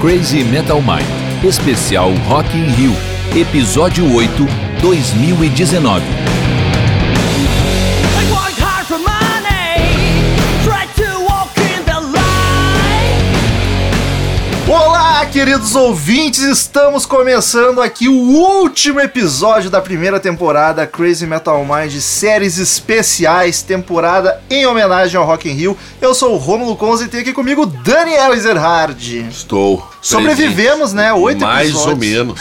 Crazy Metal Mind, especial Rock in Rio, episódio 8, 2019. Olá, queridos ouvintes, estamos começando aqui o último episódio da primeira temporada Crazy Metal Mind séries especiais, temporada em homenagem ao Rock in Rio. Eu sou o Rômulo Conze e tenho aqui comigo Daniel Ezerhard. Estou. Sobrevivemos, né? Oito Mais episódios. ou menos.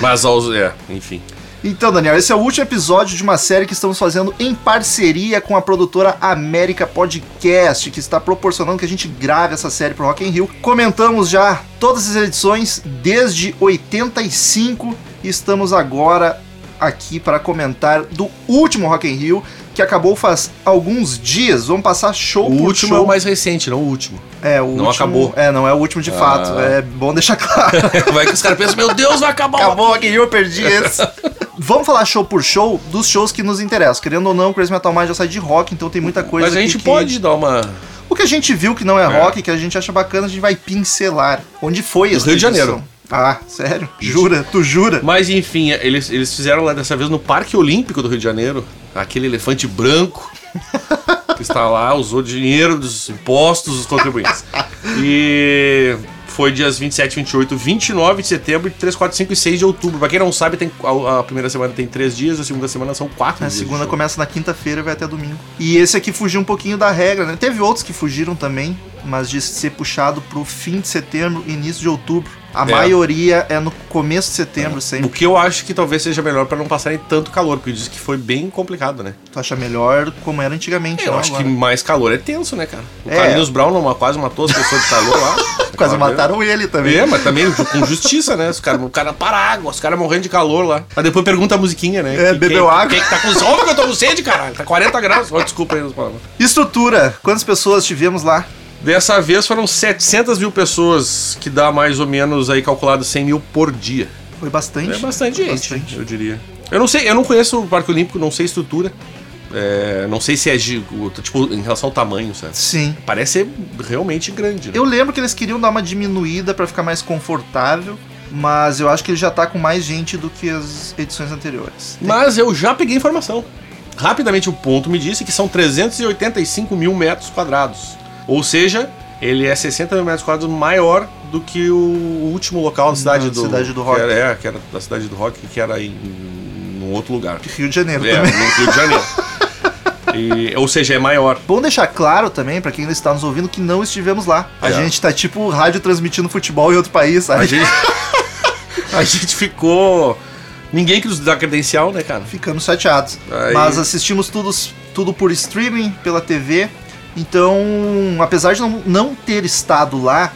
Mas aos. É, enfim. Então, Daniel, esse é o último episódio de uma série que estamos fazendo em parceria com a produtora América Podcast, que está proporcionando que a gente grave essa série pro Rock in Rio. Comentamos já todas as edições desde 85 e estamos agora aqui para comentar do último Rock in Rio, que acabou faz alguns dias. Vamos passar show O por último é show. o mais recente, não o último. É, o não último- acabou. Ah. É, não é o último de fato. É bom deixar claro. Vai que os caras pensam, meu Deus, vai acabar o Acabou aqui, eu perdi esse. Vamos falar show por show dos shows que nos interessam. Querendo ou não, Crazy Metal Mind já sai de rock, então tem muita coisa Mas a aqui gente que- pode dar uma. O que a gente viu que não é, rock, que a gente acha bacana, a gente vai pincelar. Onde foi No essa Rio de edição? Janeiro. Ah, sério? Jura? Tu jura? Mas enfim, eles, eles fizeram lá dessa vez no Parque Olímpico do Rio de Janeiro aquele elefante branco que está lá, usou dinheiro dos impostos dos contribuintes. E foi dias 27, 28, 29 de setembro e 3, 4, 5 e 6 de outubro. Pra quem não sabe, tem, a, a primeira semana tem 3 dias, a segunda semana são 4 A dias. de segunda show. começa na quinta-feira e vai até domingo. E esse aqui fugiu um pouquinho da regra, né? Teve outros que fugiram também, mas de ser puxado pro fim de setembro, início de outubro. A maioria é no começo de setembro O sempre. que eu acho que talvez seja melhor pra não passarem tanto calor, porque diz que foi bem complicado, né? Tu acha melhor como era antigamente, Eu não acho Então agora. que mais calor é tenso, né, cara? O É. Carlinhos Brown não, quase matou as pessoas de calor lá. Tá Quase Aquela mataram ele também. É, mas também com justiça, né? Os cara, o cara para água, os caras morrendo de calor lá. Mas depois pergunta a musiquinha, né? É, Quem- bebeu quem- água. Quem que tá com sede? Óbvio que eu tô com sede, caralho. Tá 40 graus. Ó, desculpa aí as palavras. Estrutura, quantas pessoas tivemos lá? Dessa vez foram 700 mil pessoas, que dá mais ou menos aí calculado 100 mil por dia. Foi bastante. É bastante gente, Bastante. eu diria. Eu não sei, eu não conheço o Parque Olímpico, não sei a estrutura. É, não sei se é de, tipo em relação ao tamanho, sabe? Sim. Parece ser realmente grande, né? Eu lembro que eles queriam dar uma diminuída pra ficar mais confortável, mas eu acho que ele já tá com mais gente do que as edições anteriores. Mas eu já peguei informação. Rapidamente o ponto me disse que são 385 mil metros quadrados. Ou seja, ele é 60 mil metros quadrados maior do que o último local da cidade do, cidade do rock. Que era, é, que era da cidade do rock, que era em, um outro lugar. Rio de Janeiro É, também. no Rio de Janeiro. E- ou seja, é maior. Bom deixar claro também, pra quem ainda está nos ouvindo, que não estivemos lá. A É. gente tá tipo rádio transmitindo futebol em outro país, A sabe? gente, a gente ficou. Ninguém que nos dá credencial, né, cara? Ficamos chateados. Aí. Mas assistimos tudo, tudo por streaming, pela TV. Então, apesar de não, não ter estado lá,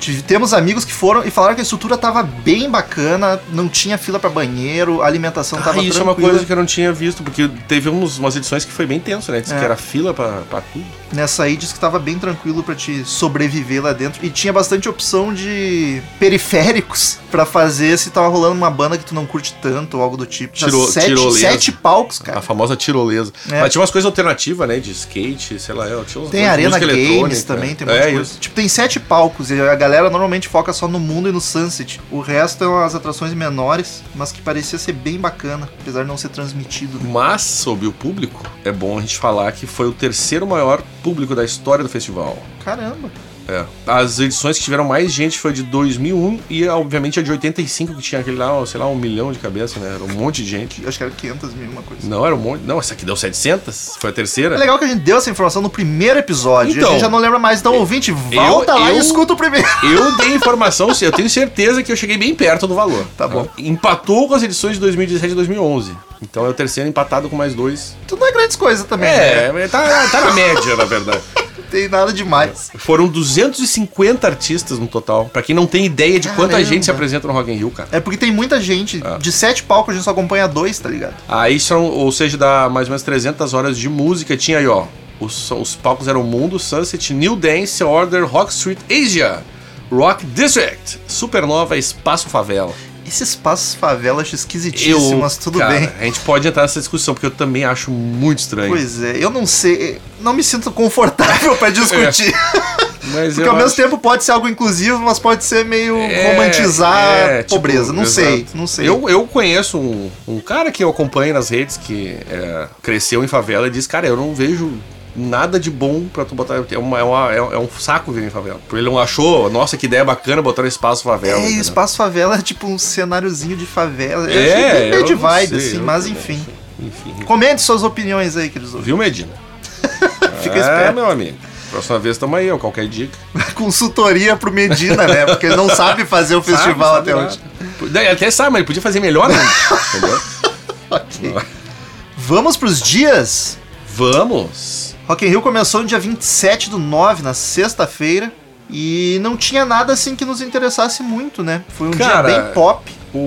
tive- temos amigos que foram e falaram que a estrutura tava bem bacana, não tinha fila pra banheiro, a alimentação Ah, tava isso é tranquila. uma coisa que eu não tinha visto, porque teve uns- umas edições que foi bem tenso, né? Diz É. que era fila pra, pra tudo. Nessa aí diz que tava bem tranquilo pra te sobreviver lá dentro e tinha bastante opção de periféricos pra fazer se tava rolando uma banda que tu não curte tanto ou algo do tipo. Tinha Tiro- sete, tirolesa. sete palcos, A cara. famosa tirolesa. É. Mas tinha umas coisas alternativas, né? De skate, sei lá. eu Tinha umas Tem coisas- Arena música Games eletrônica. também, tem um monte de é, coisa. isso. Tipo, tem sete palcos e a galera normalmente foca só no mundo e no Sunset. O resto é as atrações menores, mas que parecia ser bem bacana, apesar de não ser transmitido. né? Mas, sobre o público, é bom a gente falar que foi o terceiro maior público da história do festival. Caramba! É. As edições que tiveram mais gente foi de 2001 e, obviamente, a de 85, que tinha aquele lá, ó, sei lá, um milhão de cabeça, né? Era um monte de gente. Acho que era 500 mil, uma coisa. Não, era um monte. Não, essa aqui deu 700, foi a terceira. É legal que a gente deu essa informação no primeiro episódio. e a Então. gente já não lembra mais, então, ouvinte, volta lá e eu- escuta o primeiro. Eu dei informação, sim, eu tenho certeza que eu cheguei bem perto do valor. Tá bom. Empatou com as edições de 2017 e 2011. Então é o terceiro empatado com mais dois. Tudo não é grandes coisas também, né? É, tá, tá na média, na verdade. Não tem nada demais. Foram 250 artistas no total. Pra quem não tem ideia de quanta Caramba. gente se apresenta no Rock in Rio, cara. É porque tem muita gente. Ah. De sete palcos a gente só acompanha dois, tá ligado? Aí são, é um, ou seja, dá mais ou menos 300 horas de música. Tinha aí, ó. Os, os palcos eram Mundo, Sunset, New Dance, Order, Rock Street Asia, Rock District, Supernova, Espaço Favela. Esses passos favela acho esquisitíssimo, Eu, mas tudo cara, bem. A gente pode entrar nessa discussão, porque eu também acho muito estranho. Pois é, eu não sei, não me sinto confortável pra discutir. É, Mas Porque eu ao mesmo acho- tempo pode ser algo inclusivo, mas pode ser meio É, romantizar é, a tipo, pobreza. não exato. sei, não sei. Eu, eu conheço um, um cara que eu acompanho nas redes que é, cresceu em favela e diz, cara, eu não vejo nada de bom pra tu botar. É, uma- é uma- é um- é um saco viver em favela. Porque Ele não achou, nossa, que ideia bacana botar um espaço É, e favela. o entendeu? espaço favela é tipo um cenáriozinho de favela. É, É, é meio eu de não vibe, sei, assim, eu mas não- enfim. Enfim. Comente suas opiniões aí, queridos ouvintes. Viu, Medina? Fica é, esperto. meu amigo. Próxima vez tamo aí, ó, qualquer dica. Consultoria pro Medina, né? Porque ele não sabe fazer o festival Sabe, até Ah, hoje. sabe lá. Daí Até sabe, mas ele podia fazer melhor, né? Entendeu? Ok. Vamos pros dias. Vamos! Rock in Rio começou no dia 27 do 9, na sexta-feira. E não tinha nada assim que nos interessasse muito, né? Foi um Cara, dia bem pop. O,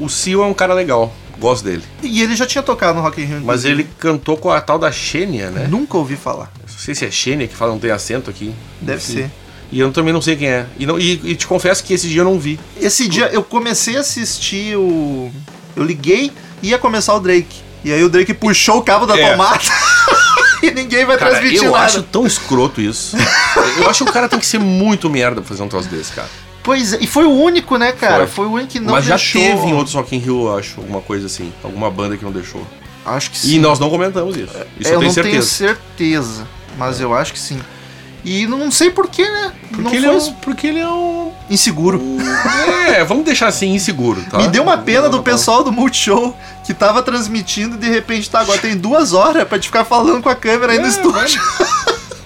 o, o Sil é um cara legal. Gosto dele. E ele já tinha tocado no Rock in Rio. Mas ele inclusive. cantou com a tal da Xenia, né? Nunca ouvi falar. Não sei se é Xenia que fala, não tem acento aqui. Deve Enfim. ser. E eu também não sei quem é. E, não- e- e te confesso que esse dia eu não vi. Esse dia eu comecei a assistir o. Eu liguei ia começar o Drake. E aí o Drake puxou o cabo da É. tomada e ninguém vai Cara, transmitir eu nada. acho tão escroto isso. eu acho que o cara tem que ser muito merda pra fazer um troço desse, cara. Pois é, e foi o único, né, cara? Foi, o único que não Mas já deixou. teve em outros Rock in Rio, eu acho, alguma coisa assim. Alguma banda que não deixou. Acho que E sim. nós não comentamos isso. Isso É, eu eu não tenho tenho certeza. certeza, mas eu acho que sim. E não, não sei porquê, né? não Porque ele, é um, porque ele é um. inseguro. É, vamos deixar assim, inseguro, tá? Me deu uma pena Não, do não, pessoal do Multishow que tava transmitindo e de repente tá agora tem duas horas pra te ficar falando com a câmera aí no É, estúdio.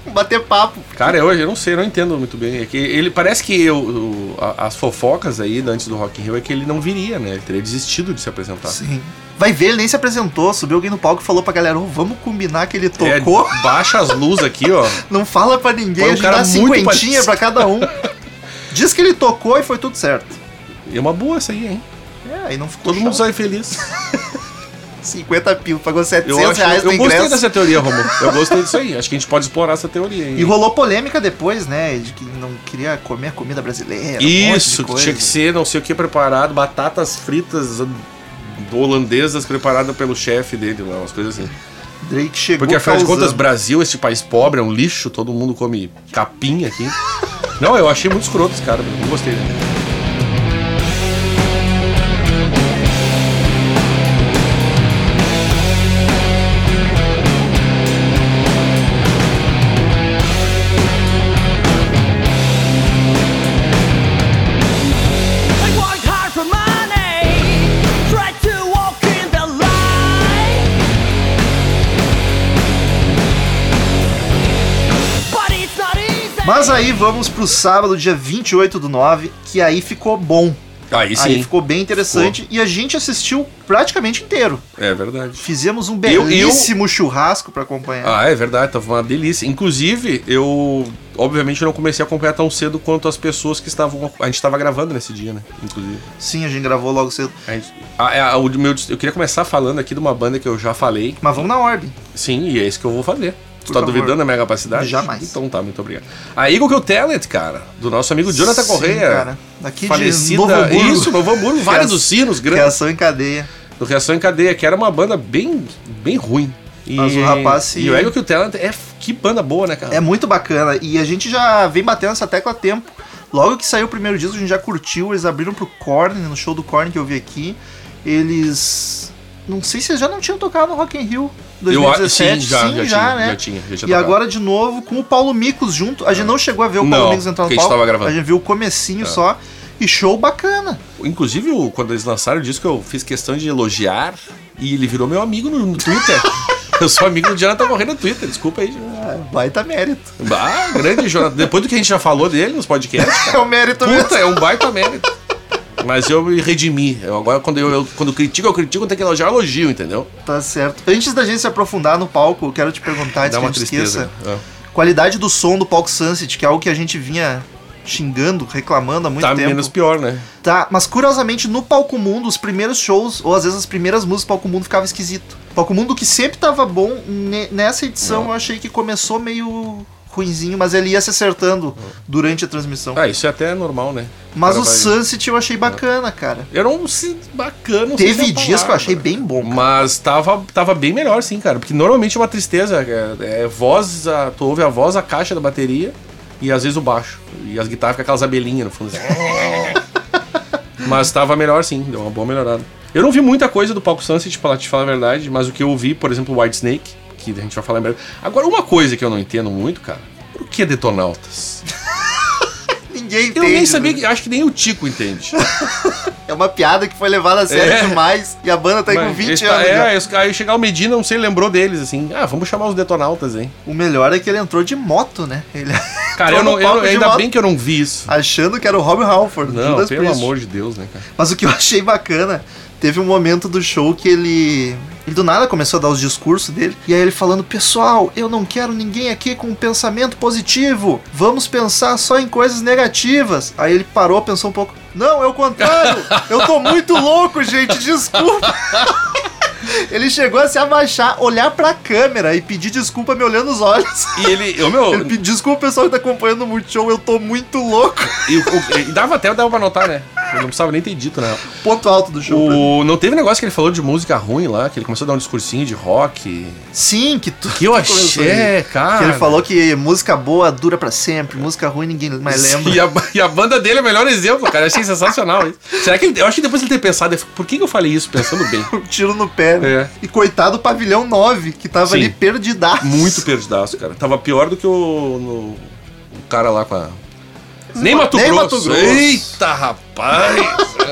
Bater papo. Cara, eu, eu não sei, eu não entendo muito bem. É que ele parece que eu- o- a- as fofocas aí antes do Rock in Rio é que ele não viria, né? Ele teria desistido de se apresentar. Sim. Vai ver, ele nem se apresentou, subiu alguém no palco e falou pra galera, "Ô, vamos combinar que ele tocou, É, baixa as luzes aqui, ó. não fala pra ninguém, Foi um a gente cara dá muito cinquentinha parecido. pra cada um. Diz que ele tocou e foi tudo certo. E é uma boa essa aí, hein? É, aí não ficou Todo mundo chato. sai feliz. 50 pila, pagou 700 Eu, acho, reais no eu gostei ingresso. dessa teoria, Romulo. Eu gostei disso aí. Acho que a gente pode explorar essa teoria, hein? E um rolou polêmica depois, né? De que não queria comer comida brasileira. um monte de Isso, que coisa. tinha que ser não sei o que preparado, batatas fritas holandesas preparadas pelo chefe dele, lá, umas coisas assim. Drake chegou. Porque afinal de causando. contas, Brasil, esse país pobre, é um lixo, todo mundo come capim aqui. Não, eu achei muito escroto esse cara, não gostei. né? I worked hard for money, tried to walk in the light. But it's not easy. Mas aí vamos pro sábado, dia 28 do 9, que aí ficou bom. Aí sim, Aí ficou bem interessante e a gente assistiu praticamente inteiro. é verdade. Fizemos um Eu- eu- belíssimo churrasco pra acompanhar. Ah, é verdade, tava uma delícia. Inclusive, eu obviamente não comecei a acompanhar tão cedo quanto as pessoas que estavam. A gente tava gravando nesse dia, né? Inclusive. Sim, a gente gravou logo cedo. A gente- ah, é, ah, o meu- eu queria começar falando aqui de uma banda que eu já falei. Mas vamos na ordem. Sim, e é isso que eu vou fazer. Tu Por tá favor. duvidando da minha capacidade? Jamais. Então tá, muito obrigado. A Eagle Kill Talent, cara, do nosso amigo Jonathan Sim, Correia. cara. Aqui de falecida. Novo Hamburgo. Isso, é Novo Hamburgo, vários dos sinos grandes. Reação em cadeia. Do Reação em Cadeia, que era uma banda bem, bem ruim. E, Mas o rapaz se- E o Ego que o Talent é. f- Que banda boa, né, cara? É muito bacana. E a gente já vem batendo essa tecla há tempo. Logo que saiu o primeiro disco, a gente já curtiu. Eles abriram pro Korn, no show do Korn que eu vi aqui. Eles. Não sei se eles já não tinham tocado no Rock in Rio Eu acho 2017. sim, já, já tinha, né? já tinha, já tinha e tocado. Ah. agora de novo com o Paulo Micos junto. A gente não chegou a ver o Paulo Não, Micos entrar no porque a gente palco. tava gravando. Ah. A gente viu o comecinho só. E show bacana. Inclusive, o- quando eles lançaram o disco, eu fiz questão de elogiar e ele virou meu amigo no, no Twitter. eu sou amigo do Jonathan Correia no Twitter, desculpa aí. gente. Ah, Baita mérito. Ah, grande Jonathan. Depois do que a gente já falou dele nos podcasts, cara. É o mérito mesmo. Puta, é um baita mérito. Mas eu me redimi. Eu agora, quando eu, eu- quando critico, eu critico, quando tem que elogiar, eu elogio, entendeu? Tá certo. Antes da gente se aprofundar no palco, eu quero te perguntar, antes Dá que a uma gente tristeza. um esqueça. É. Qualidade do som do palco Sunset, que é algo que a gente vinha xingando, reclamando há muito Tá tempo. menos pior, né? Tá, mas curiosamente, no palco mundo, os primeiros shows, ou às vezes as primeiras músicas do palco mundo ficava esquisito. Palco mundo que sempre tava bom, ne- nessa edição eu achei que começou meio ruinzinho, mas ele ia se acertando durante a transmissão. Ah, isso é até normal, né? Mas Cara, o vai- Sunset eu achei bacana, cara. Eu não sei bacana. não sei se é Teve a dias que eu palavra, achei né? bem bom. cara. Mas tava, tava bem melhor, sim, cara. Porque normalmente é uma tristeza. É, é voz, a- tu ouve a voz, a caixa da bateria. e às vezes o baixo. E as guitarras com aquelas abelhinhas no fundo. assim. mas tava melhor sim, deu uma boa melhorada. Eu não vi muita coisa do palco Sunset, pra te falar a verdade, mas o que eu vi, por exemplo, White Snake, que a gente vai falar em breve. Agora, uma coisa que eu não entendo muito, cara, por que Detonautas? Ninguém entende. Eu nem sabia, né? que, acho que nem o Tico entende. É uma piada que foi levada a sério É. demais e a banda tá aí com Mas 20 eles tá- anos. já. É, eles- aí chegar o Medina, não sei, lembrou deles, assim. Ah, vamos chamar os detonautas, hein? O melhor é que ele entrou de moto, né? Ele entrou Cara, no eu não, eu, palco não- de ainda moto, bem que eu não vi isso. Achando que era o Rob Halford. Não, Judas pelo Priest. amor de Deus, né, cara? Mas o que eu achei bacana, teve um momento do show que ele. Ele do nada começou a dar os discursos dele. E aí ele falando: Pessoal, eu não quero ninguém aqui com um pensamento positivo. Vamos pensar só em coisas negativas. Aí ele parou, pensou um pouco. Não, é o contrário! Eu tô muito louco, gente, desculpa! Ele chegou a se abaixar, olhar pra câmera e pedir desculpa me olhando nos olhos. E ele, eu, Ele meu, pediu desculpa, pessoal que tá acompanhando muito show, eu tô muito louco. e, o- e dava até, dava pra notar, né? Eu não precisava nem ter dito, né? Ponto alto do show. pra mim. O, não teve negócio que ele falou de música ruim lá, que ele começou a dar um discursinho de rock. Sim, que tu. Que eu tu começou aí. achei, cara. Que ele falou que música boa dura pra sempre, música ruim ninguém mais lembra. E a, e a banda dele é o melhor exemplo, cara. Eu achei sensacional isso. Será que ele, Eu acho que depois ele ter pensado, ele falou, por que, que eu falei isso pensando bem? Um tiro no pé. né? É. E coitado do pavilhão 9, que tava Sim. ali perdidaço. Muito perdidaço, cara. Tava pior do que o, no- o cara lá com a. Nem Mato, Nem Grosso. Mato Grosso. Eita, rapaz!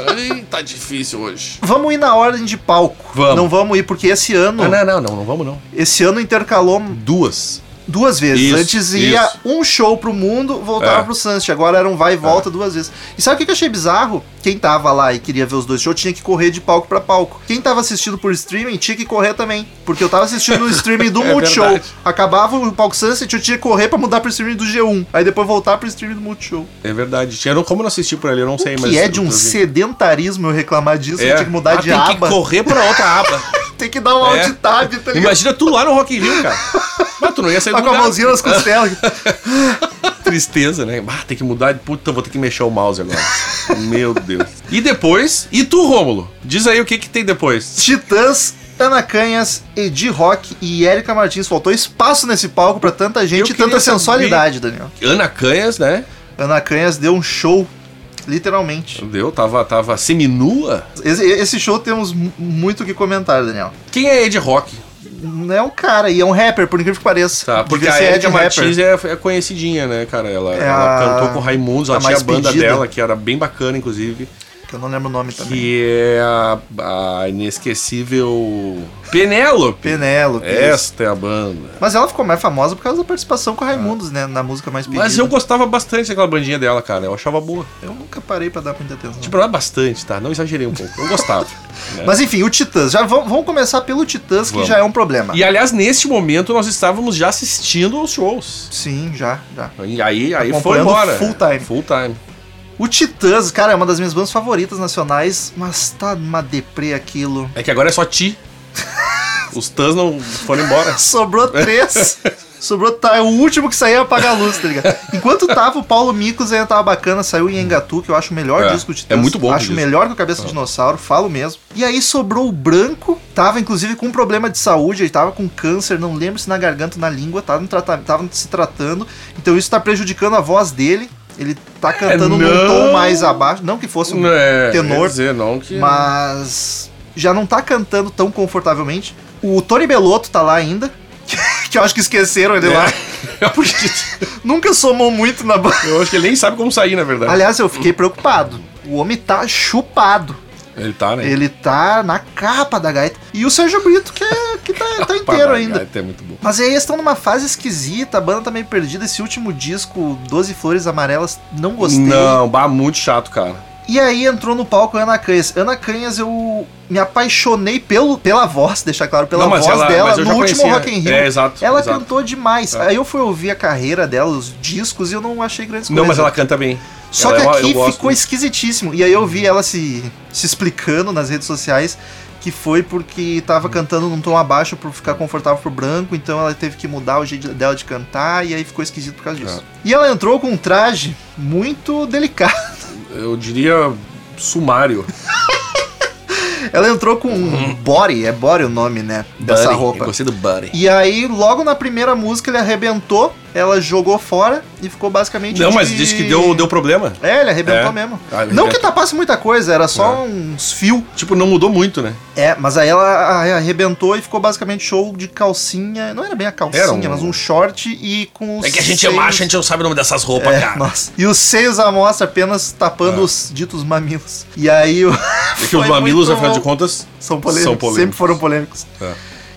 Ai, tá difícil hoje. Vamos ir na ordem de palco. Vamos. Não vamos ir, porque esse ano, Ah, não, não, não, não vamos não. esse ano intercalou Duas. duas vezes. Isso, Antes ia isso. um show pro mundo, voltava É. pro Sunset. Agora era um vai e volta duas vezes. E sabe o que que eu achei bizarro? Quem tava lá e queria ver os dois shows tinha que correr de palco pra palco. Quem tava assistindo por streaming tinha que correr também. Porque eu tava assistindo no streaming do É Multishow. verdade. Acabava o palco Sunset, eu tinha que correr pra mudar pro streaming do G1. Aí depois voltar pro streaming do Multishow. É verdade. Eu não, como eu não assisti por ali, eu não sei, mas. que é de um eu vi. sedentarismo eu reclamar disso, eu tinha que mudar Ah, de tem aba. que correr pra outra aba. Tem que dar um É. alt tab, tá ligado? Imagina tu lá no Rock in Rio, cara. Mas tu não ia sair do Tá com a lugar. mãozinha nas costelas. Tristeza, né? Ah, tem que mudar de puta, vou ter que mexer o mouse agora. Meu Deus. E depois, e tu, Rômulo? Diz aí o que que tem depois. Titãs, Ana Canhas, Edi Rock e Érica Martins. Faltou espaço nesse palco pra tanta Eu gente e queria tanta saber- sensualidade, Daniel. Ana Canhas, né? Ana Canhas deu um show, literalmente. Deu, tava, tava seminua. Esse, esse show temos mu- muito o que comentar, Daniel. Quem é Ed Rock? Não é um cara, e é um rapper, por incrível que pareça. Tá, porque Devia a ser Erika Ed rapper. Martins é, é conhecidinha, né, cara? Ela, É ela a- cantou com o Raimundos, a ela tinha a mais banda pedida. dela, que era bem bacana, inclusive. Que eu não lembro o nome também. é Que é a, a inesquecível Penélope. Penélope. isso. Esta é a banda. Mas ela ficou mais famosa por causa da participação com a Raimundos, né? Na música mais pedida. Mas eu gostava bastante daquela bandinha dela, cara. Eu achava boa. Eu nunca parei pra dar muita atenção. Tipo, não é bastante, tá? Não exagerei um pouco. Eu gostava. né? Mas enfim, o Titãs. Já vamos, vamos começar pelo Titãs, que Vamos. já é um problema. E aliás, neste momento nós estávamos já assistindo aos shows. Sim, já, já. E aí, aí foi Acompanhando embora. full time. Full time. O Titãs, cara, é uma das minhas bandas favoritas nacionais, mas tá numa deprê aquilo. É que agora é só ti. Os Tans não foram embora. Sobrou três. Sobrou tá, o último que saiu ia apagar a luz, tá ligado? Enquanto tava, o Paulo Micos ainda tava bacana, saiu em Engatu, que eu acho o melhor É, disco de Titãs. é muito bom o Acho disco. Ah. melhor que o Cabeça de Dinossauro, falo mesmo. E aí sobrou o Branco, tava inclusive com um problema de saúde, ele tava com câncer, não lembro se na garganta ou na língua, tava, no trata- tava se tratando. Então isso tá prejudicando a voz dele. Ele tá cantando num É, não. tom mais abaixo. Não que fosse um É, tenor. quer dizer, não que... mas já não tá cantando tão confortavelmente. O Tony Belotto tá lá ainda, que eu acho que esqueceram ele lá. É porque Nunca somou muito na banda. eu acho que ele nem sabe como sair, na verdade. Aliás, eu fiquei preocupado. O homem tá chupado. Ele tá, né? Ele tá na capa da gaita. E o Sérgio Brito, que, é- que tá, tá inteiro ainda. É muito bom. Mas aí eles estão numa fase esquisita, a banda tá meio perdida. Esse último disco, 12 Flores Amarelas, não gostei. Não, bah, muito chato, cara. E aí entrou no palco a Ana Canhas. Ana Canhas, eu me apaixonei pelo, pela voz, deixar claro, pela Não, mas voz ela- dela mas eu no já último conhecia. Rock in Rio. É, exato, Ela exato. É. cantou demais. Aí eu fui ouvir a carreira dela, os discos, e eu não achei grandes Não, mas coisas. ela canta bem. Só Ela que é uma- eu aqui gosto ficou muito. esquisitíssimo. E aí eu vi ela se, se explicando nas redes sociais que foi porque tava cantando num tom abaixo pra ficar confortável pro branco, então ela teve que mudar o jeito dela de cantar, e aí ficou esquisito por causa disso. É. E ela entrou com um traje muito delicado. Eu diria sumário. Uhum. Ela entrou com um body, é body o nome, né? dessa Buddy. roupa. Eu gostei do Buddy. E aí, logo na primeira música, ele arrebentou, ela jogou fora e ficou basicamente. Não, de- mas disse que deu, deu problema. É, ele arrebentou É. mesmo. Ah, ele não arrebentou. que tapasse muita coisa, era só É. uns fios. Tipo, não mudou muito, né? É, mas aí ela a- arrebentou e ficou basicamente show de calcinha. Não era bem a calcinha, Era um- mas um short e com os. É que a gente é seios- macho, a gente não sabe o nome dessas roupas, É, cara. nossa. E os seios à mostra apenas tapando É. os ditos mamilos. E aí. o- É que os foi mamilos, muito afinal de bom. contas, São polêmicos, São polêmicos. Sempre foram polêmicos. É.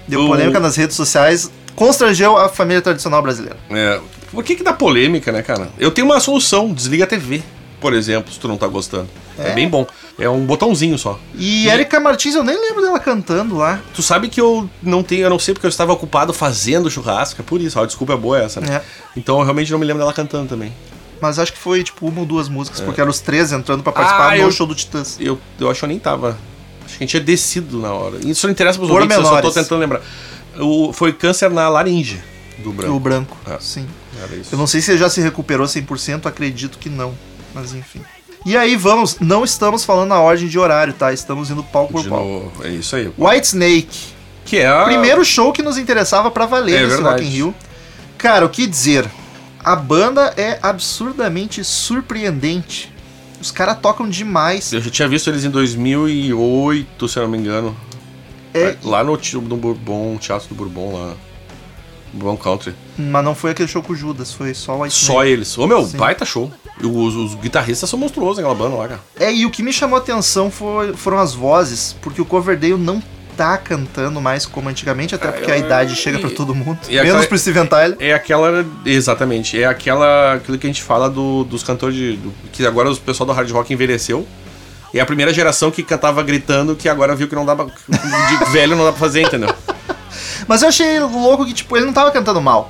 Deu O- polêmica nas redes sociais, constrangeu a família tradicional brasileira. É, por que que dá polêmica, né, cara? Eu tenho uma solução, desliga a TV, por exemplo, se tu não tá gostando. É, bem bom. É um botãozinho só. E Erika Martins, eu nem lembro dela cantando lá. Tu sabe que eu não tenho, eu não sei porque eu estava ocupado fazendo churrasco, é por isso. Ó, a desculpa é boa essa, né? Então eu realmente não me lembro dela cantando também. Mas acho que foi tipo uma ou duas músicas, porque eram os três entrando pra participar É. Ah, do eu- show do Titãs. Eu, eu acho que eu nem tava. Acho que a gente tinha descido na hora. Isso não interessa pros ouvintes, eu Pormenores. só tô tentando lembrar. O, foi câncer na laringe do O branco. branco, Ah. sim. Era isso. Eu não sei se ele já se recuperou 100%, acredito que não. Mas enfim. E aí vamos, não estamos falando na ordem de horário, tá? Estamos indo pau por De pau. novo, É isso aí. White Snake, Que é a... Primeiro show que nos interessava pra valer É nesse verdade. Rock in Rio. Cara, o que dizer? A banda é absurdamente surpreendente. Os caras tocam demais. Eu já tinha visto eles em 2008, se eu não me engano. É, Lá no, ti- no Bourbon, Teatro do Bourbon, lá. Bourbon Country. mas não foi aquele show com o Judas, foi só o White Só Snake. eles. Ô meu, Sim. baita show. E Os, os guitarristas são monstruosos naquela banda lá, cara. É, e o que me chamou a atenção foi- foram as vozes, porque o Coverdale não tá cantando mais como antigamente, até porque a Ah, eu- idade chega pra todo mundo. e a menos cara- pro Steven Tyler. É aquela. Exatamente. É aquela. Aquilo que a gente fala do- dos cantores de. do- que agora o pessoal do hard rock envelheceu. É a primeira geração que cantava gritando que agora viu que não dá pra. De velho não dá pra fazer, entendeu? Mas eu achei louco que, tipo, ele não tava cantando mal.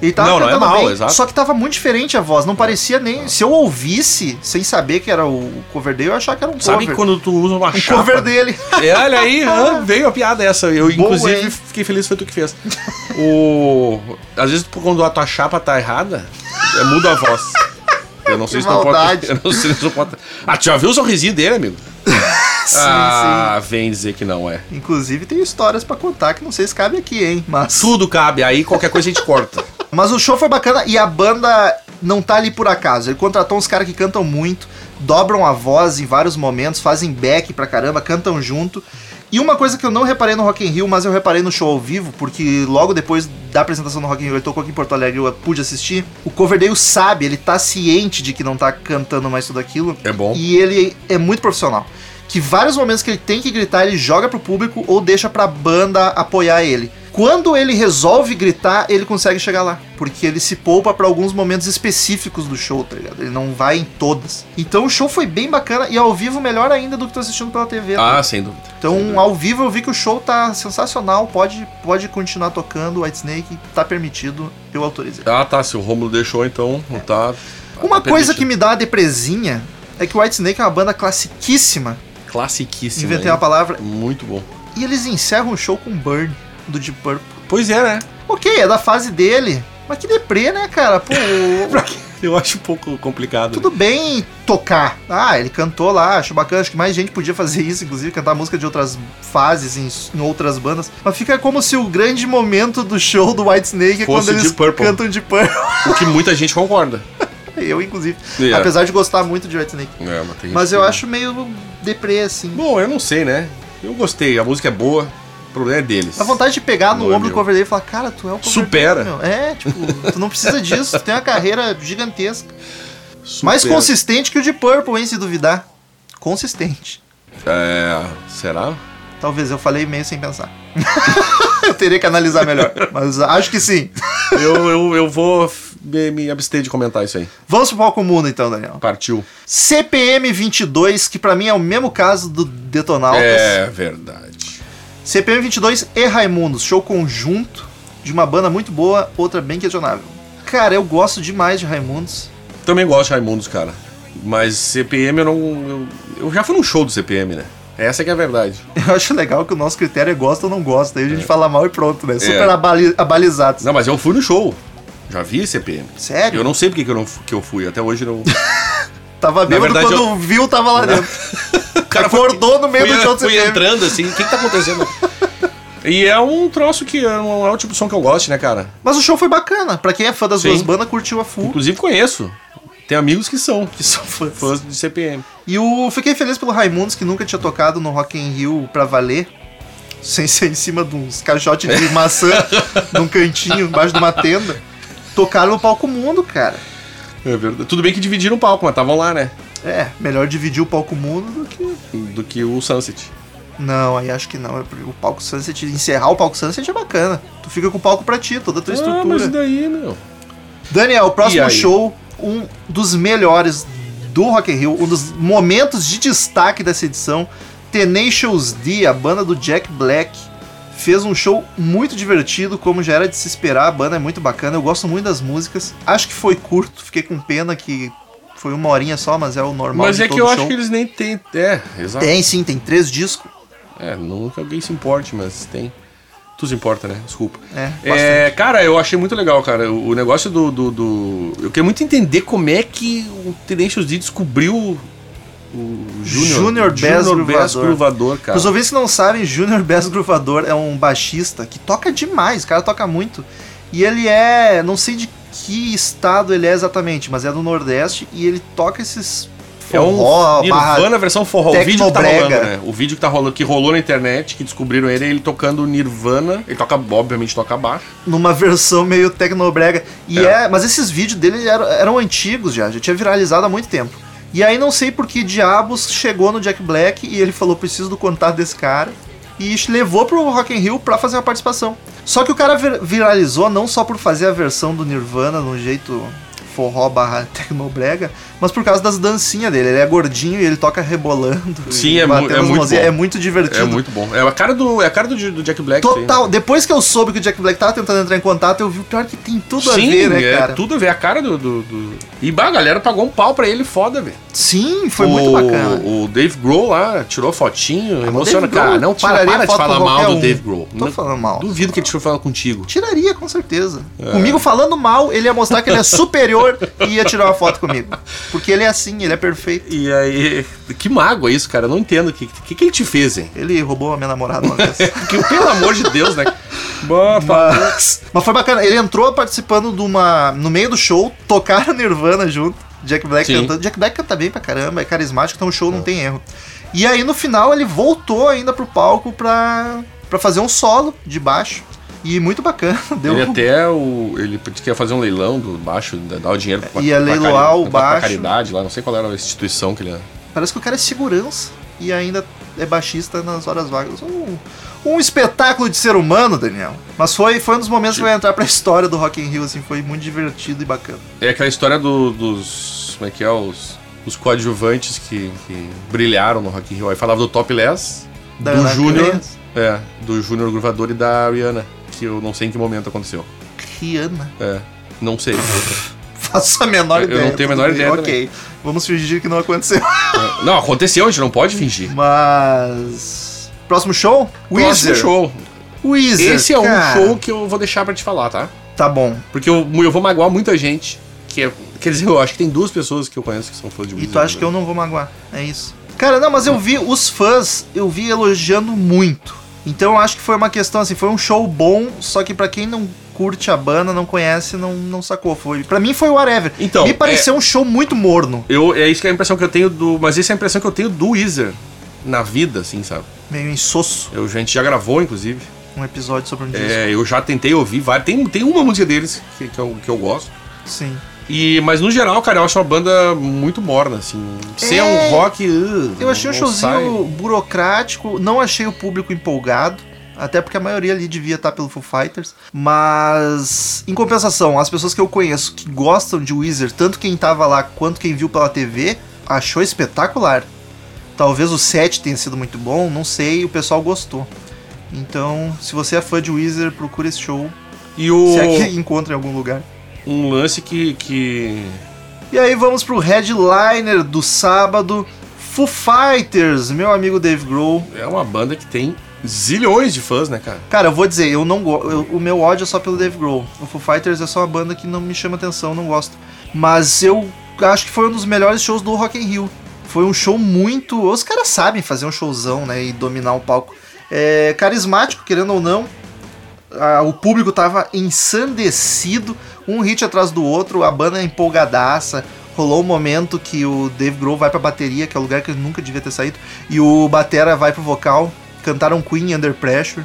Ele tava Não, não é cantando mal, bem, exato. É. só que tava muito diferente a voz. Não parecia nem... Se eu ouvisse, sem saber que era o Coverdale, eu achava que era um Sabe cover. quando tu usa uma um chapa? cover dele. É, olha aí, hã, veio a piada essa. Eu, Boa, inclusive, hein? fiquei feliz que foi tu que fez. O... Às vezes, por quando a tua chapa tá errada, é, muda a voz. Eu não sei Que se não maldade. pode. Eu não sei se não pode. Ah, tu já viu o sorrisinho dele, amigo? sim, ah, vem dizer que não é. sim. Inclusive tem histórias pra contar que não sei se cabe aqui, hein. Mas, Tudo cabe, aí qualquer coisa a gente corta. mas o show foi bacana e a banda não tá ali por acaso. Ele contratou uns caras que cantam muito, dobram a voz em vários momentos, fazem back pra caramba, cantam junto. E uma coisa que eu não reparei no Rock in Rio, mas eu reparei no show ao vivo, porque logo depois da apresentação do Rock in Rio, ele tocou aqui em Porto Alegre, eu pude assistir. O Coverdale sabe, ele tá ciente de que não tá cantando mais tudo aquilo. É bom. E ele é muito profissional. Que vários momentos que ele tem que gritar, ele joga pro público ou deixa pra banda apoiar ele. Quando ele resolve gritar, ele consegue chegar lá. Porque ele se poupa pra alguns momentos específicos do show, tá ligado? Ele não vai em todas. Então o show foi bem bacana e ao vivo melhor ainda do que tô assistindo pela TV. tá Ah, sem dúvida. então, ao vivo eu vi que o show tá sensacional, pode, pode continuar tocando, White Snake tá permitido, eu autorizei. Ah, tá. Se o Romulo deixou, então não tá. Uma tá coisa permitido. que me dá uma depresinha é que o White Snake é uma banda classiquíssima, Classiquíssimo. inventei hein? uma palavra, Muito bom. e eles encerram o show com Burn, do Deep Purple. Pois é, né? Ok, é da fase dele, mas que deprê, né, cara? Pô, Eu acho um pouco complicado. tudo bem tocar. Ah, ele cantou lá, acho bacana, acho que mais gente podia fazer isso, inclusive, cantar música de outras fases em, em outras bandas. Mas fica como se o grande momento do show do White Snake é Fosse quando eles Deep Purple. cantam de Purple. O que muita gente concorda. Eu, inclusive. É. Apesar de gostar muito de White Snake. É, mas, tem gente Mas eu que- acho meio deprê, assim. Bom, eu não sei, né? Eu gostei, a música é boa, o problema é deles. A vontade de pegar no Não é ombro do meu. Coverdale e falar, cara, tu é o Coverdale, Supera. meu." É, tipo, tu não precisa disso, tu tem uma carreira gigantesca. Super- Mais consistente que o de Purple, hein, se duvidar. Consistente. É, será? Talvez eu falei meio sem pensar. eu teria que analisar melhor, mas acho que sim. eu, eu, eu vou f- me, me abster de comentar isso aí. Vamos pro palco mundo então, Daniel. Partiu. CPM 22, que pra mim é o mesmo caso do Detonautas. É verdade. CPM 22 e Raimundos, show conjunto de uma banda muito boa, outra bem questionável. Cara, eu gosto demais de Raimundos. Também gosto de Raimundos, cara. Mas CPM eu não. Eu, eu já fui num show do CPM, né? Essa que é a verdade. Eu acho legal que o nosso critério é gosta ou não gosta. Aí a gente fala mal e pronto, né? Super abali- abalizado. É. Não, mas eu fui no show. Já vi CPM. Sério? Eu não sei porque que eu, não, fu- que eu fui, até hoje não. Tava bêbado verdade, quando viu, tava lá dentro. O cara Acordou no meio do show do Foi CPM. entrando assim, o que, que tá acontecendo? E é um troço que é- não é o tipo de som que eu gosto, né, cara? Mas o show foi bacana. Pra quem é fã das Sim. duas bandas, curtiu a full. Inclusive conheço. Tem amigos que são, que são fã- fãs de CPM. E o fiquei feliz pelo Raimundos, que nunca tinha tocado no Rock in Rio pra valer. Sem ser em cima de uns caixotes É. de maçã, num cantinho, embaixo de uma tenda. Tocaram no palco mundo, cara. É verdade. Tudo bem que dividiram o palco, mas estavam lá, né? É, melhor dividir o palco mundo do que. Do que o Sunset. Não, aí acho que não. O palco Sunset, encerrar o palco Sunset é bacana. Tu fica com o palco pra ti, toda a tua Ah, estrutura. mas e daí, meu? Daniel, o E próximo aí? show, um dos melhores do Rock in Rio, um dos momentos de destaque dessa edição, Tenacious D, a banda do Jack Black, fez um show muito divertido, como já era de se esperar, a banda é muito bacana, eu gosto muito das músicas, acho que foi curto, fiquei com pena que foi uma horinha só, mas é o normal Mas de é que todo eu show. acho que eles nem têm. É, exato. Tem sim, tem três discos, É, não que alguém se importe, mas tem. Tu se importa, né? Desculpa. É, É, cara, eu achei muito legal, cara. O o negócio do, do, do- Eu queria muito entender como é que o Tenacious D descobriu o- o Junior. Junior Bass Bass Groovador. Groovador, cara. Os ouvintes que não sabem, Junior Bass Groovador é um baixista que toca demais, o cara toca muito. E ele é, não sei de que estado ele é exatamente, mas é do Nordeste e ele toca esses É um forró, barra... Nirvana versão forró. O vídeo que tá tecnobrega. rolando, né? O vídeo que tá rolando, que rolou na internet, que descobriram ele, é ele tocando Nirvana. Ele toca, obviamente, toca baixo. numa versão meio tecnobrega. E é. mas esses vídeos dele eram, eram antigos já, já tinha viralizado há muito tempo. E aí não sei por que diabos chegou no Jack Black e ele falou preciso do contato desse cara e levou pro Rock in Rio pra fazer uma participação. Só que o cara vir- viralizou não só por fazer a versão do Nirvana de um jeito forró barra tecnobrega, mas por causa das dancinhas dele. Ele é gordinho e ele toca rebolando. e Sim, é mu- batendo é as muito mãozinhas. bom. É muito divertido. É muito bom. É a cara do, é a cara do, do Jack Black. isso aí, né? Total. Depois que eu soube que o Jack Black tava tentando entrar em contato, eu vi o pior que tem tudo Sim, a ver, né, é cara? tudo a ver. A cara do. do, do- E bah, a galera pagou um pau pra ele foda, velho. Sim, foi o, muito bacana. Ah, O Dave Grohl lá tirou fotinho, emociona. Dave Grohl Cara, não para, tiraria para de foto falar com mal qualquer do um. Dave Grohl. Tô Não- falando mal. Duvido que ele tirou falar contigo. Tiraria, com certeza. É. Comigo falando mal, ele ia mostrar que ele é superior e ia tirar uma foto comigo. Porque ele é assim, ele é perfeito. E aí. Que mágoa isso, cara. Eu não entendo. O que, que, que ele te fez, hein? Ele roubou a minha namorada uma vez. Porque, pelo amor de Deus, né? Mas, mas foi bacana. Ele entrou participando de uma. No meio do show, tocaram Nirvana junto. Jack Black Sim. cantando. Jack Black canta bem pra caramba, é carismático, então o show não tem erro. E aí no final ele voltou ainda pro palco pra, pra fazer um solo de baixo. E muito bacana. Deu um, Ele até é o. Ele quer fazer um leilão do baixo, da- dar o dinheiro pra, Ia pra é leiloar cari- o pra baixo. caridade lá, não sei qual era a instituição que ele era. Parece que o cara é segurança e ainda é baixista nas horas vagas. Um, um espetáculo de ser humano, Daniel. Mas foi, foi um dos momentos que vai entrar pra história do Rock in Rio, assim, foi muito divertido e bacana. É aquela história do- dos. Como é que é? Os, os coadjuvantes que, que brilharam no Rock in Rio. Aí falava do Top Less, Da do Ana Júnior. Crença. É, do Júnior Gruvador e da Rihanna. Que eu não sei em que momento aconteceu. Rihanna. É. Não sei. Faço a menor Eu ideia. não tenho a tudo menor bem, ideia Ok. Vamos fingir que não aconteceu. É. não, aconteceu, a gente não pode fingir. Mas. Próximo show? Próximo show. Weezer. Esse é um cara. show que eu vou deixar pra te falar, tá? Tá bom. Porque eu, eu vou magoar muita gente. Que é, quer dizer, eu acho que tem duas pessoas que eu conheço que são fãs E de Weezer. né? tu acha que eu não vou magoar. É isso. Cara, não, mas eu vi os fãs, eu vi elogiando muito. Então eu acho que foi uma questão assim, foi um show bom, só que pra quem não curte a banda, não conhece, não, não sacou. Foi, pra mim foi o whatever. Então, Me pareceu um show muito morno. Eu, é isso que é a impressão que eu tenho do. Mas essa é a impressão que eu tenho do Weezer na vida, assim, sabe? Meio insosso. Eu, a gente já gravou, inclusive. Um episódio sobre um disco. É, eu já tentei ouvir várias. Tem, tem uma música deles que, que, eu, que eu gosto. Sim. E, mas no geral, cara, eu acho uma banda muito morna, assim. Se é um rock. uh, Eu achei um não showzinho burocrático, não achei o público empolgado. Até porque a maioria ali devia estar pelo Foo Fighters. Mas, em compensação, as pessoas que eu conheço que gostam de Weezer, tanto quem tava lá quanto quem viu pela TV, achou espetacular. Talvez o set tenha sido muito bom, não sei, o pessoal gostou. Então, se você é fã de Weezer, procura esse show. sai. E o, Se é que encontra em algum lugar. um lance que. que... E aí vamos pro headliner do sábado, Foo Fighters, meu amigo Dave Grohl. É uma banda que tem zilhões de fãs, né, cara? Cara, eu vou dizer, eu não go- eu- o meu ódio é só pelo Dave Grohl. O Foo Fighters é só uma banda que não me chama atenção, não gosto. Mas eu acho que foi um dos melhores shows do Rock in Rio. Foi um show muito, os caras sabem fazer um showzão, né, e dominar o palco. É, carismático, querendo ou não. Ah, o público tava ensandecido, um hit atrás do outro, a banda é empolgadaça. Rolou um momento que o Dave Grohl vai pra bateria, que é o lugar que ele nunca devia ter saído, e o Batera vai pro vocal. Cantaram Queen Under Pressure.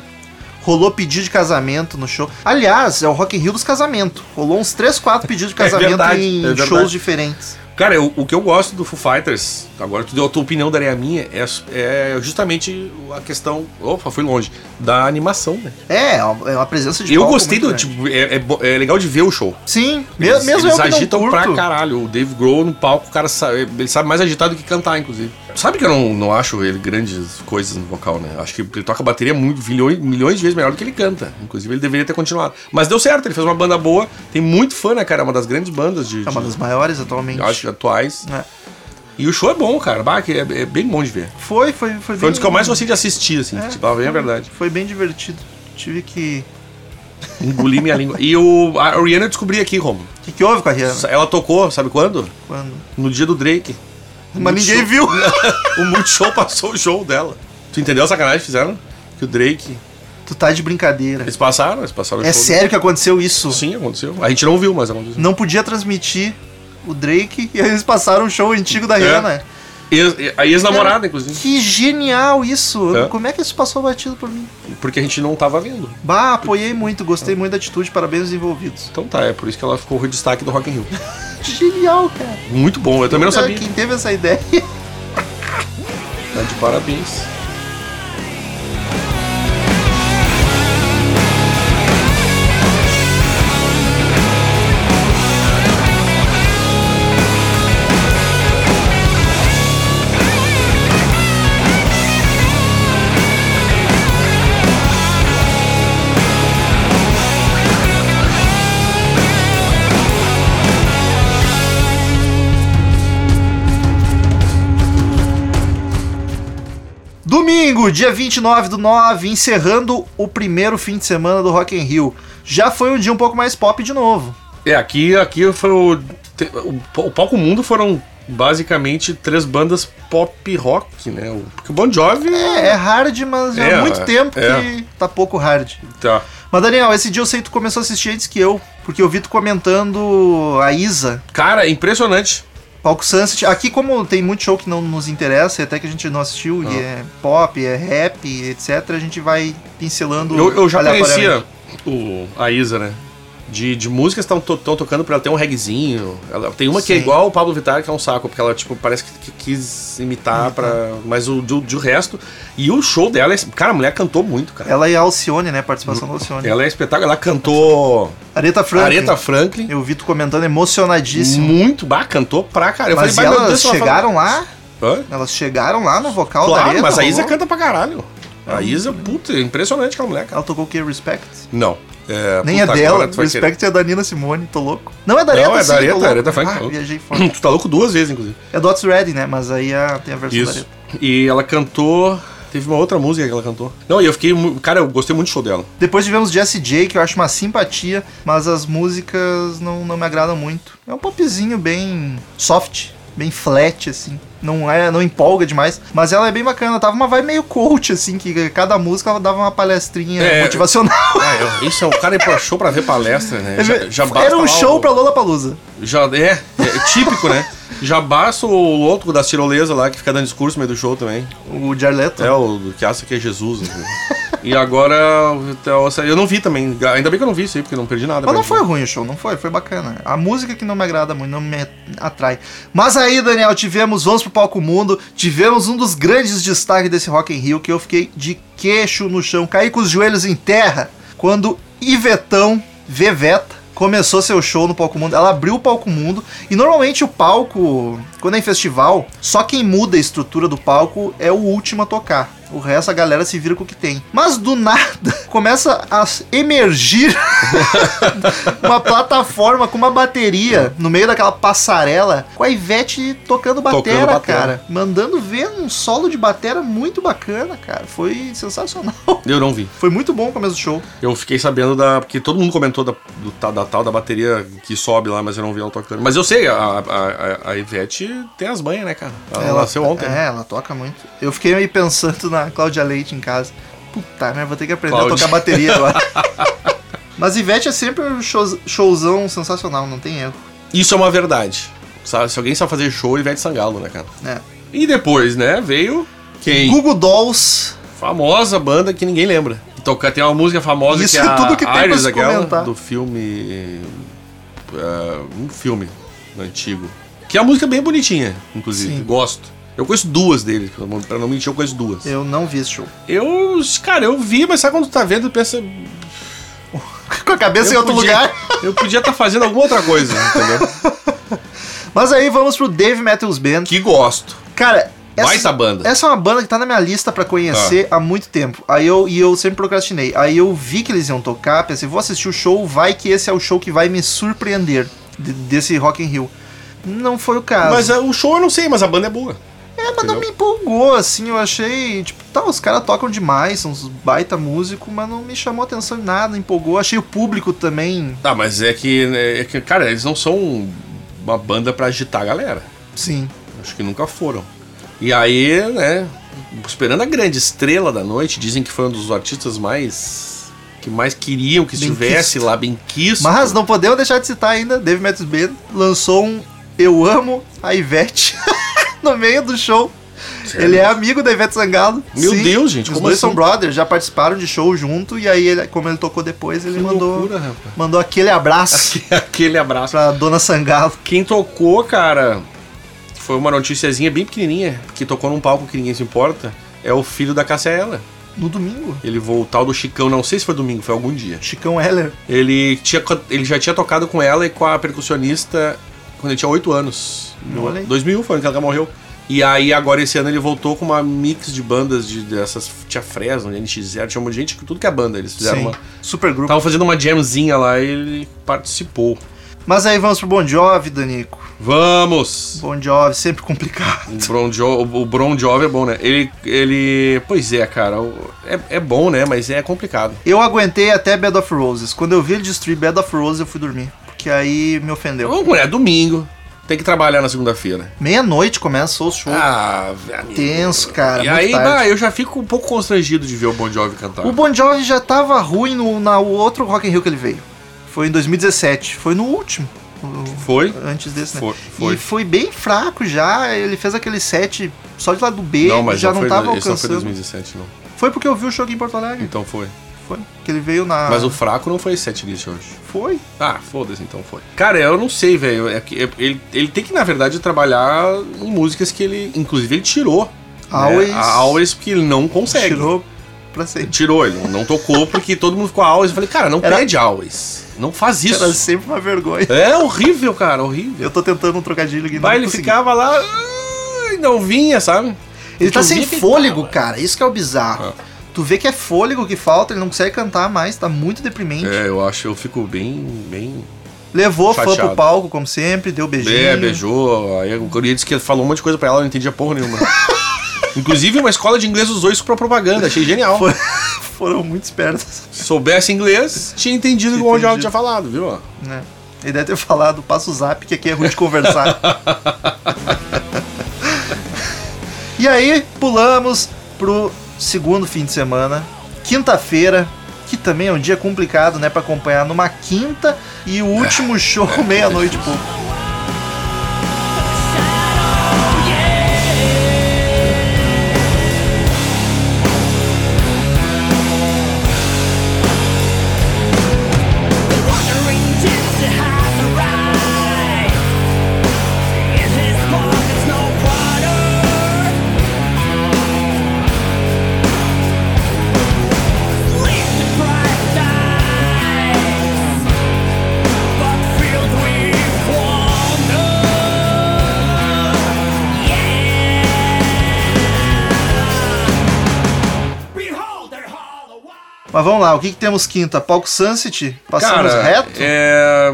Rolou pedido de casamento no show. Aliás, é o Rock in Rio dos casamentos. Rolou uns 3, 4 pedidos de casamento verdade, é em verdade. shows diferentes. Cara, eu- o que eu gosto do Foo Fighters, agora tu deu a tua opinião, darei a minha, é, é justamente a questão. Opa, fui longe. Da animação, né? É, é uma é uma presença de eu palco gostei muito do. grande. Tipo, é, é bo- é legal de ver o show. Sim, me- Eles, mesmo eles eu que não agitam curto. pra caralho. O Dave Grohl no palco, o cara sabe, ele sabe mais agitar do que cantar, inclusive. Sabe que eu não, não acho ele grandes coisas no vocal, né? Acho que ele toca bateria muito, milhões, milhões de vezes melhor do que ele canta. Inclusive, ele deveria ter continuado. Mas deu certo, ele fez uma banda boa. Tem muito fã, né, cara? É uma das grandes bandas de. É uma de- das maiores atualmente. acho que atuais. É. E o show é bom, cara. Bah, que é, é bem bom de ver. Foi, foi, foi, Foi um dos que eu mais gostei de assistir, assim. É. Tipo, ah, bem a verdade. Foi bem divertido. Tive que. Engoli minha língua. E o, a Rihanna eu descobri aqui, Romo. O que, que houve com a Rihanna? Ela tocou, sabe quando? Quando? No dia do Drake. Mas ninguém show. viu. O Multishow passou o show dela. Tu entendeu a sacanagem que fizeram? Que o Drake. tu tá de brincadeira. Eles passaram, eles passaram o É show. sério que aconteceu isso? Sim, aconteceu. A gente não viu, mas aconteceu. Não podia transmitir o Drake e aí eles passaram o show antigo da É. Rihanna. Ex- e- a ex-namorada, inclusive. Que genial isso! É. Como é que isso passou batido por mim? Porque a gente não tava vendo. Bah, apoiei muito, gostei muito da atitude, parabéns aos envolvidos. Então tá, é por isso que ela ficou o destaque do Rock in Rio. Genial, cara. Muito bom, eu também não Cara, sabia. Quem teve essa ideia? Tá de parabéns. Domingo, dia 29 do 9, encerrando o primeiro fim de semana do Rock in Rio. Já foi um dia um pouco mais pop de novo. É, aqui, aqui foi o, te- o, pa- o palco mundo foram basicamente três bandas pop rock, né? O- Porque o Bon Jovi É, é hard, mas É, há muito tempo é. que tá pouco hard. Tá. Mas Daniel, esse dia eu sei que tu começou a assistir antes que eu, porque eu vi tu comentando a Isa, Cara, é impressionante. Palco Sunset. Aqui, como tem muito show que não nos interessa, e até que a gente não assistiu, Ah. e é pop, é rap, etc., a gente vai pincelando. Eu, eu já aleatoriamente. conhecia o, a Isa, né? De, de músicas estão tocando pra ela ter um reggaezinho. Ela, tem uma que é Sim. igual o Pablo Vittar, que é um saco, porque ela, tipo, parece que, que quis imitar pra. Mas o do, do resto. E o show dela é. Cara, a mulher cantou muito, cara. Ela e a Alcione, né? Participação da Alcione. Ela é espetáculo. Ela cantou Areta Franklin. Aretha Franklin. Eu vi tu comentando emocionadíssimo. Muito, bah, cantou pra cara. Eu Hum. mas falei, bah, meu elas Deus, ela chegaram lá? falou- Hã? Elas chegaram lá no vocal da Claro, Areta, mas a rolou? Isa canta pra caralho. A Ah. Isa, puta, é impressionante aquela mulher, cara. Ela tocou o que? Respect? Não. É, Nem puta, é dela. agora tu vai querer. Respect é da Nina Simone, tô louco. Não é da Areta, Não, é sim, da tô Areta, louco. Areta Franklin. Ah, viajei fora. Tu tá louco duas vezes, inclusive. É do Otis Redding, né? Mas aí a- tem a versão da Isso. Areta. E ela cantou. Teve uma outra música que ela cantou. Não, e eu fiquei. mu- Cara, eu gostei muito do show dela. Depois tivemos Jessie J, que eu acho uma simpatia, mas as músicas não, não me agradam muito. É um popzinho bem soft, bem flat, assim. Não é, não empolga demais, mas ela é bem bacana. Tava uma vibe meio coach, assim, que cada música ela dava uma palestrinha É. motivacional. Ah, eu- isso é um cara ir pra show pra ver palestra, né? Já, já basta Era um lá show o, pra Lola Palusa. Já, é, é típico, né? Já basta o louco das tirolesas lá que fica dando discurso no meio do show também. O Jarleto. É, o do que acha que é Jesus. né? E agora. então, essa- Eu não vi também. Ainda bem que eu não vi isso aí, porque eu não perdi nada. Mas não pra foi ver. ruim o show, não foi? Foi bacana. A música que não me agrada muito, não me atrai. Mas aí, Daniel, tivemos, vamos pro palco mundo, tivemos um dos grandes destaques desse Rock in Rio, que eu fiquei de queixo no chão, caí com os joelhos em terra, quando Ivetão, Veveta, começou seu show no palco mundo. Ela abriu o palco mundo, e normalmente o palco, quando é em festival, só quem muda a estrutura do palco é o último a tocar. O resto a galera se vira com o que tem. Mas do nada começa a emergir uma plataforma com uma bateria no meio daquela passarela com a Ivete tocando batera, Tocando batera. cara. Mandando ver um solo de batera muito bacana, cara. Foi sensacional. Eu não vi. Foi muito bom o começo do show. Eu fiquei sabendo da. Porque todo mundo comentou da, do ta- da tal da bateria que sobe lá, mas eu não vi ela tocando. Mas eu sei, a, a, a- a Ivete tem as manhas, né, cara? Ela, nasceu ontem. É, ela toca muito. Eu fiquei aí pensando na Cláudia Leite em casa. Puta merda, vou ter que aprender Cláudio. a tocar bateria agora. Mas Ivete é sempre um show- showzão sensacional, não tem erro. Isso é uma verdade. Sabe, se alguém sabe fazer show, Ivete Sangalo, né, cara? né? E depois, né, veio quem? Google Dolls, Famosa banda que ninguém lembra. Toca, tem uma música famosa Isso que é é tudo que tem a pra Iris, se aquela, comentar. do filme... ah, um filme antigo. Que é uma música bem bonitinha, inclusive. Sim. Gosto. Eu conheço duas deles, pelo amor- pra não mentir, eu conheço duas. eu não vi esse show. Eu, cara, eu vi, mas sabe quando tu tá vendo e pensa. Com a cabeça em eu é outro podia- lugar. Eu podia estar fazendo alguma outra coisa, entendeu? Mas aí vamos pro Dave Matthews Band. Que gosto. Cara, Baita banda. Ah. Essa é uma banda que tá na minha lista pra conhecer há muito tempo. Aí eu e eu sempre procrastinei. Aí eu vi que eles iam tocar, pensei, vou assistir o show, vai que esse é o show que vai me surpreender de- desse Rock in Rio. Não foi o caso. Mas ah, o show eu não sei, mas a banda é boa. É, mas não me empolgou, assim, eu achei, tipo, tá, os caras tocam demais, são uns baita músico, mas não me chamou atenção em nada, não empolgou. Achei o público também, Tá, mas é que, né, é que, cara, eles não são uma banda pra agitar a galera. sim. Acho que nunca foram. E aí, né, esperando a grande estrela da noite, dizem que foi um dos artistas mais. que mais queriam que Bem estivesse quisto. lá, bem quisto. Mas não podemos deixar de citar ainda, Dave Matthews Band lançou um Eu Amo a Ivete no meio do show. Sério? Ele é amigo da Ivete Sangalo. Meu Deus, gente, Os como dois assim? são brothers, já participaram de show junto, e aí, ele, como ele tocou depois, ele Que mandou, loucura, rapaz. mandou aquele abraço Aquele abraço. pra Dona Sangalo. Quem tocou, cara, foi uma noticiazinha bem pequenininha, que tocou num palco que ninguém se importa, é o filho da Cassiela. No domingo, Ele voltou do Chicão, não sei se foi domingo, foi algum dia. Chicão Heller. Ele, tinha, co- ele já tinha tocado com ela e com a percussionista quando ele tinha 8 anos. Olha aí. 2000 um, foi quando ela morreu. E aí agora esse ano ele voltou com uma mix de bandas de, dessas, tinha Fresno, NX0, tinha um monte de gente, tudo que é banda, eles fizeram Sim, uma... super grupo. Estavam fazendo uma jamzinha lá e ele participou. Mas aí vamos pro Bon Jovi, Danico. Vamos! Bon Jovi, sempre complicado. O Bron, jo o Bron Jovi é bom, né? Ele. ele pois é, cara. o- É, é bom, né? Mas é complicado. Eu aguentei até Bed of Roses. Quando eu vi ele destruir Bed of Roses, eu fui dormir. Porque aí me ofendeu. Vamos, mulher, domingo. Tem que trabalhar na segunda-feira. né? Meia-noite começa o show. Ah, velho. tenso, Hum. cara. E muito aí, tarde. bah, eu já fico um pouco constrangido de ver o Bon Jovi cantar. O Bon Jovi já tava ruim no na, o outro Rock in Rio que ele veio. Foi em 2017. Foi no último. o- Foi? Antes desse, né? Foi- foi. E foi bem fraco já. Ele fez aquele set só de lado B. não, mas já não, foi, tava esse não foi alcançando. Foi, 2017, não. porque eu vi o show aqui em Porto Alegre. Então foi. Foi. Que ele veio na... Mas o fraco não foi esse setlist hoje. Foi. Ah, foda-se, então foi. Cara, eu não sei, velho. É que- é- ele, ele tem que, na verdade, trabalhar em músicas que ele. Inclusive, ele tirou. Always. Né? A Always, porque ele não consegue. Tirou pra sempre. Tirou, ele não tocou porque todo mundo ficou always. Eu falei, cara, não Era- pede always. Não faz isso. Era assim. sempre uma vergonha. É horrível, cara, horrível. Eu tô tentando um trocadilho aqui. não Vai, ele consegui. ficava lá ah, e não vinha, sabe? Ele tá Tu sem via que ele fôlego, tava. cara. Isso que é o bizarro. Ah. Tu vê que é fôlego que falta, ele não consegue cantar mais, tá muito deprimente. É, eu acho, eu fico bem, bem. Levou fã Chateado. pro palco, como sempre, deu beijinho. É, beijou. Aí o Corinthians disse que falou um monte de coisa pra ela, eu não entendia porra nenhuma. Inclusive, uma escola de inglês usou isso pra propaganda, achei genial. Foi- Foram muito espertos, Se soubesse inglês, tinha entendido Tinha o onde ela entendido. tinha falado, viu? né? Ele deve ter falado, passa o zap, que aqui é ruim de conversar. e aí, pulamos pro segundo fim de semana, quinta-feira, que também é um dia complicado, né, pra acompanhar numa quinta e o último show meia-noite e pouco. Behold their hollow eyes. Mas vamos lá, o que, que temos quinta? Palco Sunset? Passamos reto? É.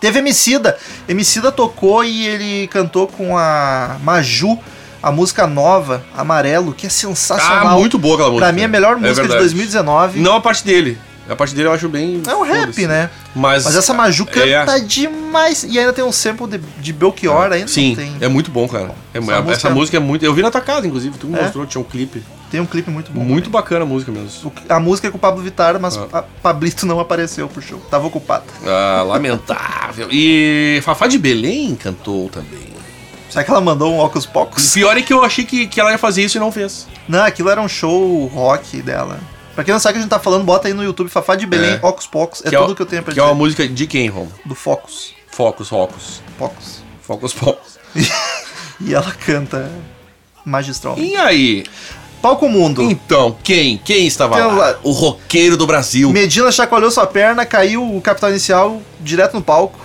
Teve Emicida. Emicida tocou e ele cantou com a Maju a música nova, Amarelo, que é Ah, sensacional. muito boa aquela música. É Pra mim, a melhor música de verdade. 2019. Não a parte dele. A parte dele eu acho bem. É um rap, foda-se. né? Mas, Mas essa Maju é- canta demais. E ainda tem um sample de, de Belchior ainda. Sim, Tem, é muito bom, cara. Essa É- essa, música- música... é muito. Eu vi na tua casa, inclusive. Tu me É? mostrou, tinha um clipe. tem um clipe muito bom. muito bacana a música mesmo. O- A música é com o Pablo Vittar, mas Ah. a Pablito não apareceu pro show. Tava ocupado. Ah, lamentável. E Fafá de Belém cantou também. Será que ela mandou um óculos O pocos? pior é que eu achei que, que ela ia fazer isso e não fez. Não, aquilo era um show rock dela. Pra quem não sabe o que a gente tá falando, bota aí no YouTube Fafá de Belém, É. Ocus Pocos. É o- tudo que eu tenho pra Que dizer. é uma música de quem, Rom? Do Focus. Focus, Focus. Pocos. Focus, Focus. E ela canta magistral. E aí? Palco Mundo. Então, quem? Quem estava Tem lá? lá- O roqueiro do Brasil. Medina chacoalhou sua perna, caiu o capital inicial direto no palco.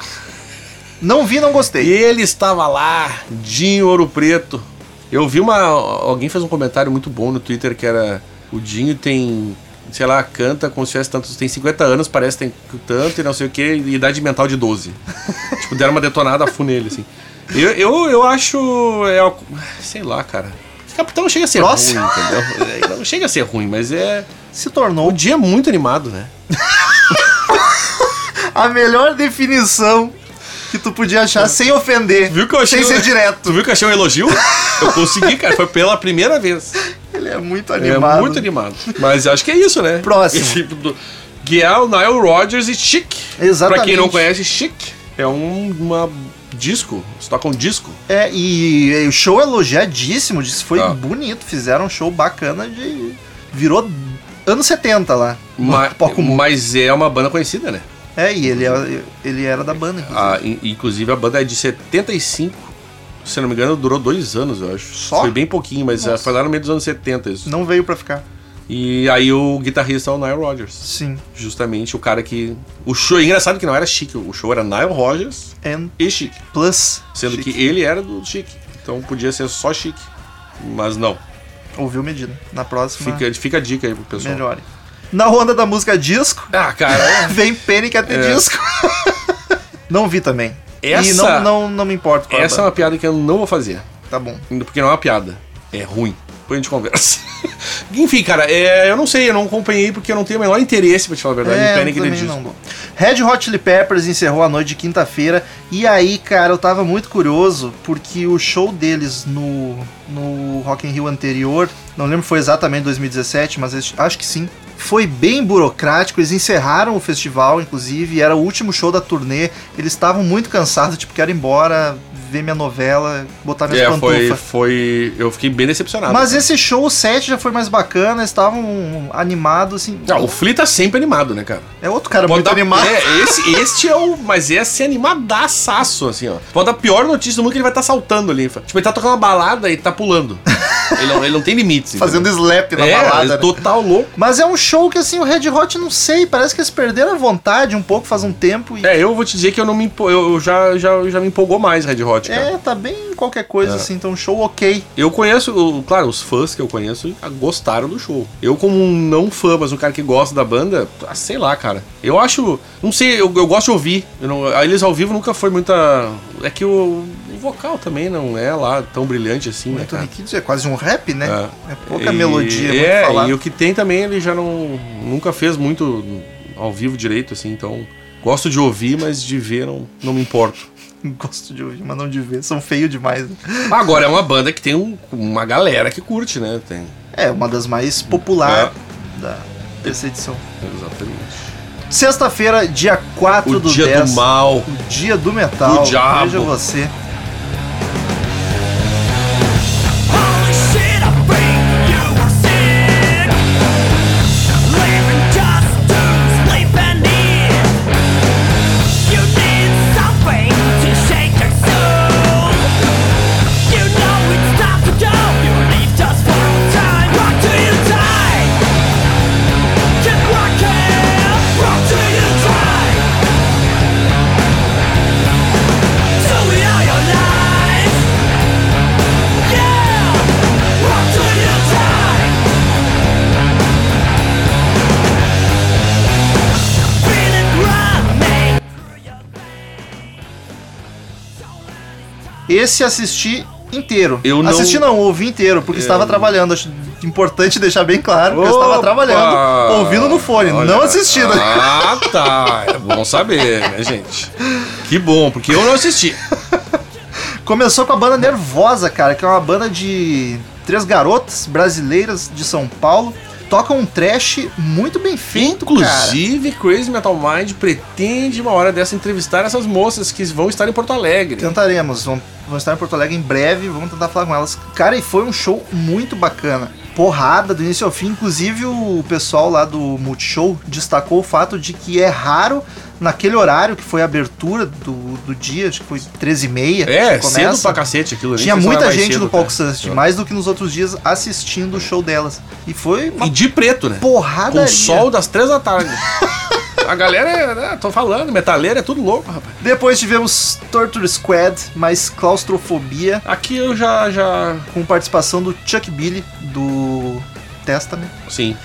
Não vi, não gostei. Ele estava lá, Dinho Ouro Preto. Eu vi uma. Alguém fez um comentário muito bom no Twitter que era. O Dinho tem. Sei lá, canta como se tivesse tanto. Tem 50 anos, parece que tem tanto e não sei o que, e idade mental de 12. tipo, deram uma detonada a fu nele, assim. Eu, eu, eu acho. É, algo- sei lá, cara. Capitão não chega a ser Próximo. ruim, entendeu? É, Não chega a ser ruim, mas é. Se O tornou dia é muito animado, né? a melhor definição que tu podia achar sem ofender. Viu que eu achei- Sem ser direto. Tu viu que eu achei um elogio? Eu consegui, cara. Foi pela primeira vez. Ele é muito Ele animado. É muito animado. Mas acho que é isso, né? Próximo. Esse tipo do- Que é o Nile Rodgers e Chic. Exatamente. Pra quem não conhece, Chic é um uma disco. Você toca um disco. É, e, e o show elogiadíssimo, disse foi Ah. bonito, fizeram um show bacana de virou anos 70 lá. no ma- Palco Mundo. mas é uma Ah. banda conhecida, né? É, e ele, é- ele era da banda. inclusive. A- in- inclusive a banda é de 75. Se não me engano, durou dois anos, eu acho. Só? Hum. Foi bem pouquinho, mas é, foi lá no meio dos anos 70 isso. Não veio pra ficar. E aí o guitarrista é o Nile Rodgers. Sim. Justamente o cara que. O show. é Engraçado que não era chique. O show era Nile Rodgers And e Chic. plus. Sendo Chique. que ele era do Chique. Então podia ser só Chique. Mas não. Ouviu medida. Na próxima. Fica, fica a dica aí pro pessoal. Melhore. Na onda da música disco, Ah, cara. vem Panic até É. disco. não vi também. E Essa- não, não, não me importo. com a Essa é uma piada que eu não vou fazer. banda. Tá bom. Porque não é uma piada. É ruim. Depois a gente conversa. Enfim, cara, é, eu não sei, eu não acompanhei porque eu não tenho o menor interesse, pra te falar a verdade, É, em Panic! eu The também Disco. não vou. Red Hot Chili Peppers encerrou a noite de quinta-feira. E aí, cara, eu tava muito curioso porque o show deles no, no Rock in Rio anterior, não lembro se foi exatamente 2017, mas acho- acho que sim. Foi bem burocrático, eles encerraram o festival, inclusive, era o último show da turnê. Eles estavam muito cansados, tipo, quero ir embora, ver minha novela, botar minhas É, pantufas. foi, foi. Eu fiquei bem decepcionado. Mas esse show, o set já foi mais bacana, eles estavam animados, assim. Não, o Flea tá sempre animado, né, cara? É outro cara Pode muito dar- animado. É, esse, este é o. Mas esse é animadaçaço, assim, ó. Pode dar a pior notícia do mundo que ele vai estar saltando ali. Tipo, ele tá tocando uma balada e tá pulando. ele, não, ele não tem limites. Fazendo entendeu? slap na é, balada. é né? total louco. Mas é um show que assim, o Red Hot, não sei, parece que eles perderam a vontade um pouco faz um tempo e. É, É, eu vou te dizer que eu não me empo- eu eu já, já, já me empolgou mais Red Hot, cara. tá bem qualquer É. coisa assim, então um show ok. Eu conheço, o- claro, os fãs que eu conheço ah, gostaram do show. Eu, como um não fã, mas um cara que gosta da banda, ah, sei lá, cara. Eu acho. Não sei, eu, eu gosto de ouvir. Eu não- a eles ao vivo nunca foi muita. É que o, o vocal também não é lá tão brilhante assim, né, Muito cara? riquídio, é quase um rap, né? É, É. pouca E- melodia, muito É, falado. e o que tem também ele já não. Nunca fez muito ao vivo direito, assim, então. Gosto de ouvir, mas de ver não, não me importo. Gosto de ouvir, mas não de ver, são feio demais. né? Agora, é uma banda que tem um- uma galera que curte, né? Tem. É, uma das mais populares É. da dessa edição. Exatamente. Sexta-feira, dia 4 O do dia 10. do mal. O dia do metal. Do diabo. Veja você. Holy shit, I think you are sick. Living just to sleep and eat. You need something to shake your soul. You know it's time to go. You leave just for a time. Rock till you die. Keep rocking. Rock till you die. So we are your life. Yeah! Rock till you die! Feel it running Esse assisti inteiro. Eu não- Assisti não, ouvi inteiro, porque estava trabalhando. Acho importante deixar bem claro que eu estava Opa! trabalhando, ouvindo no fone, Olha. não assistindo. Ah, tá. É bom saber, né, gente? Que bom, porque eu não assisti. Começou com a banda Nervosa, cara, que é uma banda de três garotas brasileiras de São Paulo. Tocam um trash muito bem feito, cara. Inclusive, Crazy Metal Mind pretende uma hora dessa entrevistar essas moças que vão estar em Porto Alegre. Tentaremos, vão, vão estar em Porto Alegre em breve, vamos tentar falar com elas. Cara, e foi um show muito bacana. Porrada do início ao fim, inclusive o pessoal lá do Multishow destacou o fato de que é raro naquele horário que foi a abertura do, do dia, acho que foi 13h30. É, que começa. cedo pra cacete aquilo ali. Tinha você muita vai mais gente cedo, no palco cara. Sunset, mais do que nos outros dias, assistindo o show delas. E foi uma E de preto, né? porrada Com sol das três da tarde. A galera, é, né, tô falando, metaleiro é tudo louco, rapaz. Depois tivemos Torture Squad, mais claustrofobia, Aqui eu já, já... com participação do Chuck Billy, do Testament. Sim.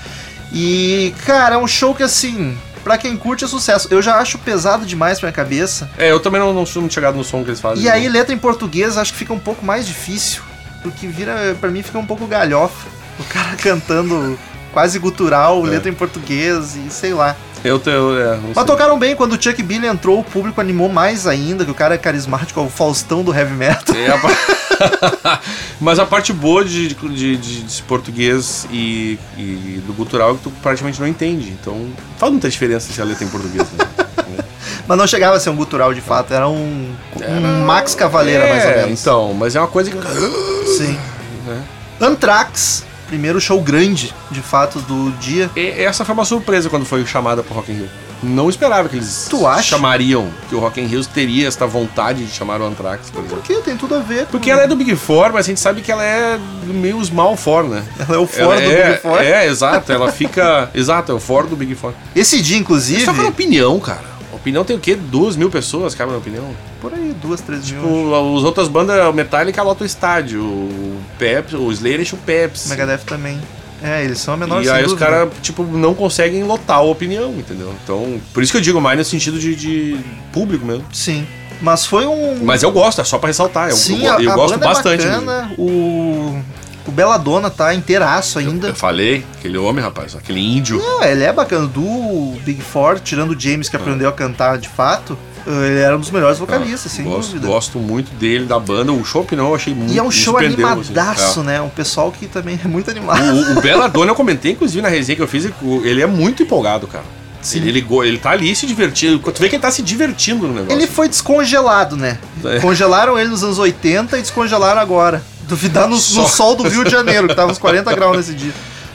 E, cara, é um show que assim, pra quem curte é sucesso. Eu já acho pesado demais pra minha cabeça. É, eu também não, não sou muito chegado no som que eles fazem. E aí, né? letra em português, acho que fica um pouco mais difícil. Porque vira, pra mim, fica um pouco galhofa. O cara cantando quase gutural, É. letra em português e sei lá. Eu tenho... É, não Mas sei. tocaram bem, quando o Chuck Billy entrou, o público animou mais ainda, que o cara é carismático, é o Faustão do heavy metal. É a par- Mas a parte boa de, de, de- de português e, e do cultural é que tu praticamente não entende. Então faz muita diferença se a letra é em português. Né? Mas não chegava a ser um gutural de fato, era um, um Max Cavaleira, mais ou É, menos. Então, mas é uma coisa que. Sim. Né? Anthrax, primeiro show grande, de fato, do dia. E- é, Essa foi uma surpresa quando foi chamada pro Rock in Rio. Não esperava que eles Tu acha? chamariam, que o Rock in Rio teria essa vontade de chamar o Anthrax, por exemplo. Porque tem tudo a ver. com- Porque ela é do Big Four, mas a gente sabe que ela é meio os mal for, né? Ela é o fora Ela do é, Big Four. É, exato. Ela fica. exato, é o fora do Big Four. Esse dia, inclusive, Só que é uma opinião, cara. Opinião tem o quê? Duas mil pessoas, cabe na opinião. por aí, duas, três Tipo, mil. acho. O, as outras bandas, o Metallica lota o estádio, o Pepsi, o Slayer enche o O Pepsi. Megadeth também. É, eles são a menor e aí os dúvida. caras, tipo, não conseguem lotar a opinião, entendeu? Então, por isso que eu digo mais no sentido de, de público mesmo. Sim. Mas foi um. Mas eu gosto, é só pra ressaltar. Eu, Sim, eu, a, eu a gosto banda bastante. é mesmo. bacana. O. O Belladonna tá inteiraço ainda. Eu falei, aquele homem, rapaz, aquele índio. Não, ele é bacana. Do Big Four, tirando o James que aprendeu a cantar de fato, ele era um dos melhores vocalistas, sem Ah, gosto, dúvida. gosto muito dele, da banda. O show não, eu achei muito E é um me show surpreendeu, assim. animadaço, É. Um, né? Um pessoal que também é muito animado. O, o Belladonna, eu comentei, inclusive, na resenha que eu fiz, ele é muito empolgado, cara. Sim. Ele, ele, go- ele tá ali se divertindo. Tu vê que ele tá se divertindo no negócio. Ele foi descongelado, né? É. Congelaram ele nos anos 80 e descongelaram agora. Duvidar no, no Só. sol do Rio de Janeiro, que tava uns 40 graus nesse dia.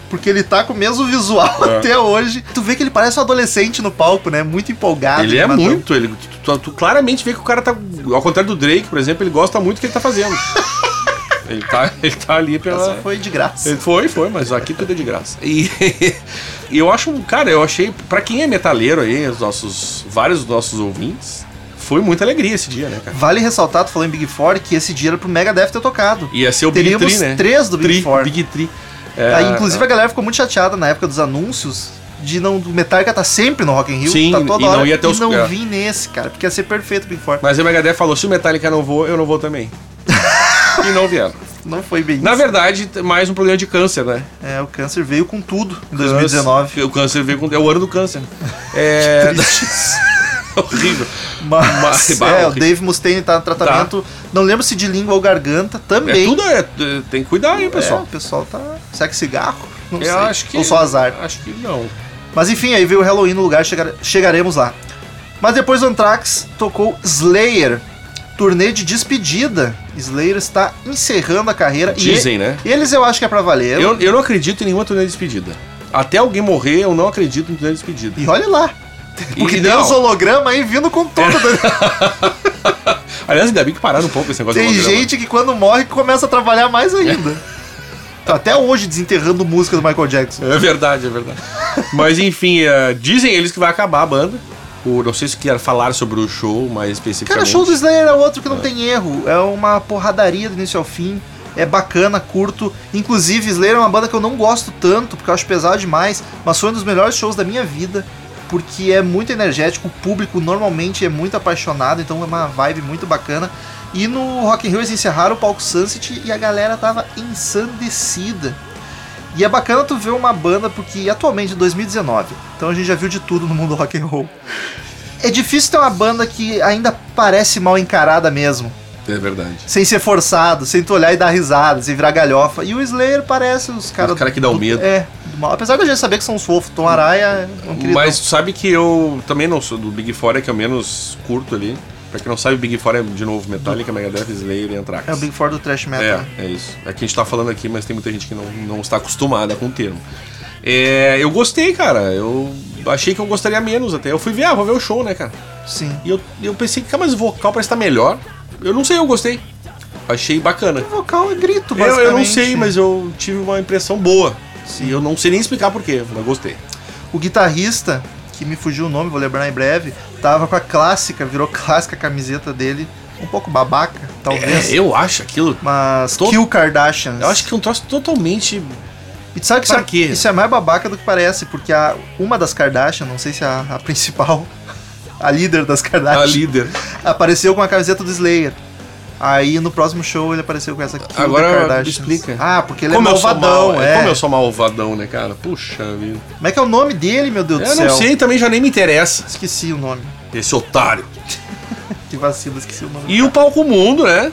Porque ele tá com o mesmo visual É. até hoje. Tu vê que ele parece um adolescente no palco, né? Muito empolgado. Ele é animadão. muito. Ele, tu, tu- tu claramente vê que o cara tá. Ao contrário do Drake, por exemplo, ele gosta muito do que ele tá fazendo. ele, tá, ele tá ali Essa pela. foi de graça. Ele foi, foi, mas aqui tudo é de graça. E, e eu acho, um, cara, eu achei, pra quem é metaleiro aí, os nossos, vários dos nossos ouvintes, foi muita alegria esse dia, né, cara? Vale ressaltar, tu falou em Big Four, que esse dia era pro Megadeth ter tocado. Ia ser o Teríamos Big Tree, né? três do Big Tri, Four. Big Tree. Ah, É, inclusive a galera ficou muito chateada na época dos anúncios de não do Metallica tá sempre no Rock in Rio, Sim, tá toda e não hora ia ter e os- não é. vim nesse, cara, porque ia ser perfeito o Big Four. Mas o Megadeth falou: se o Metallica não vou, eu não vou também. e não vieram. Não foi bem Na isso. verdade, t- mais um problema de câncer, né? É, o câncer veio com tudo em 2019. Câncer- O câncer veio com. É o ano do câncer. É. horrível. Mas, Mas- é, o horrível. Dave Mustaine tá no tratamento, não lembro se de língua ou garganta, É também. tudo. é- é- tem que cuidar aí, É, o pessoal. pessoal tá. Será que cigarro? É, Não sei. Eu acho que. Ou só azar. Acho que não. Mas enfim, aí veio o Halloween no lugar, chegar- chegaremos lá. Mas depois do Anthrax tocou Slayer, turnê de despedida. Slayer está encerrando a carreira. Dizem, né? e eles eu acho que é pra valer. Eu, eu não acredito em nenhuma turnê de despedida. Até alguém morrer, eu não acredito em turnê de despedida. E olha lá. Porque E tem não. uns holograma aí vindo com tudo. É, um né? Aliás, ainda bem que pararam um pouco esse negócio Tem de holograma. É. gente que quando morre começa a trabalhar mais ainda. Tá até hoje desenterrando música do Michael Jackson. É verdade, é verdade. mas enfim, eh, dizem eles que vai acabar a banda. O, não sei se quer falar sobre o show mais Cara, especificamente. show do Slayer é outro que não tem erro. É uma porradaria do início ao fim. É bacana, curto. Inclusive, Slayer é uma banda que eu não gosto tanto, porque eu acho pesado demais. Mas foi um dos melhores shows da minha vida. Porque é muito energético, o público normalmente é muito apaixonado, então é uma vibe muito bacana. E no Rock in Rio eles encerraram o palco Sunset e a galera tava ensandecida. E é bacana tu ver uma banda, porque atualmente, 2019, então a gente já viu de tudo no mundo rock and roll. É difícil ter uma banda que ainda parece mal encarada mesmo. É verdade. Sem ser forçado, sem tu olhar e dar risada, sem virar galhofa. E o Slayer parece os caras. Os cara que dá o do- medo. É, do mal. Apesar de a gente saber que são os fofos, Tom Araia é um querido. Mas tu sabe que eu também não sou do Big Four, é que eu menos curto ali. Pra quem não sabe, Big Four é de novo Metallica, Megadeth, Slayer e Anthrax. É o Big Four do Trash Metal. né? É, é isso. É que a gente tá falando aqui, mas tem muita gente que não, não está acostumada com o termo. É, eu gostei, cara. Eu achei que eu gostaria menos até. Eu fui ver, ah, vou ver o show, né, cara? Sim. E eu, eu pensei, cara, mas o vocal parece estar melhor. Eu não sei, eu gostei. Achei bacana. O vocal é grito, Eu, basicamente. eu não sei, mas eu tive uma impressão boa. Sim. E eu não sei nem explicar porquê, mas gostei. O guitarrista, que me fugiu o nome, vou lembrar em breve, tava com a clássica, virou clássica a camiseta dele. Um pouco babaca, talvez. É, eu acho aquilo. Mas Tô- Kill Kardashians. Eu acho que é um troço totalmente. E tu sabe que isso Pra é, quê? isso é mais babaca do que parece, porque a, uma das Kardashian, não sei se a, a principal, a líder das A Kardashian, É líder. apareceu com a camiseta do Slayer. Aí no próximo show ele apareceu com essa aqui. Agora explica. Ah, porque ele Como é eu sou malvadão, mal- é. Como eu sou malvadão, né, cara? Puxa vida. Como é que é o nome dele, meu Deus do Eu céu? não sei, também já nem me interessa. Esqueci o nome. Esse otário. Que vacilo, esqueci o nome. E o palco mundo, né?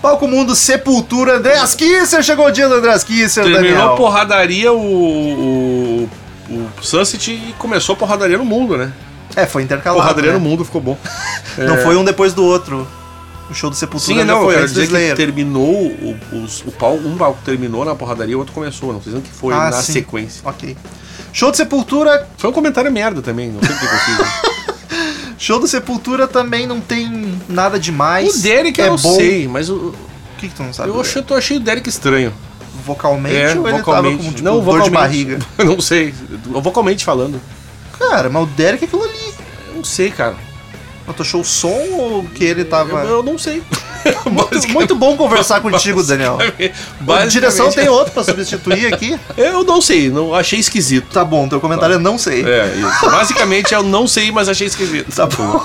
Palco Mundo Sepultura, Andreas Kisser, chegou o dia do Andreas Kisser, Terminou Daniel. a porradaria o, o, o Sunset e começou a porradaria no mundo, né? É, foi intercalado. Porradaria né? no mundo ficou bom. Não foi um depois do outro. O show do Sepultura É. Sim, ainda não, eu foi quero antes do dizer que Slayer. terminou o, os- o palco, um palco terminou na porradaria, o outro começou, não sei o que foi Ah, na sim. sequência. Ok. Show do Sepultura, Foi um comentário merda também, não sei o que eu fiz. show do Sepultura também não tem nada demais. O Derek é eu não bom. sei, mas o- O que, que tu não sabe? é. eu, Derek? achei, eu achei o Derek estranho. Vocalmente É, ou ele tava vocalmente. com tipo, dor não, de vocalmente. barriga? não sei, vocalmente falando. Cara, mas o Derek é aquilo ali. Eu não sei, cara. Mas tu achou o som ou que ele Eu, tava. eu não sei. Muito, muito bom conversar contigo, Daniel. A Basicamente- direção tem outro pra substituir aqui? Eu não sei, não achei esquisito. Tá bom, teu comentário é não sei. É, isso. Basicamente eu não sei, mas achei esquisito. Tá bom.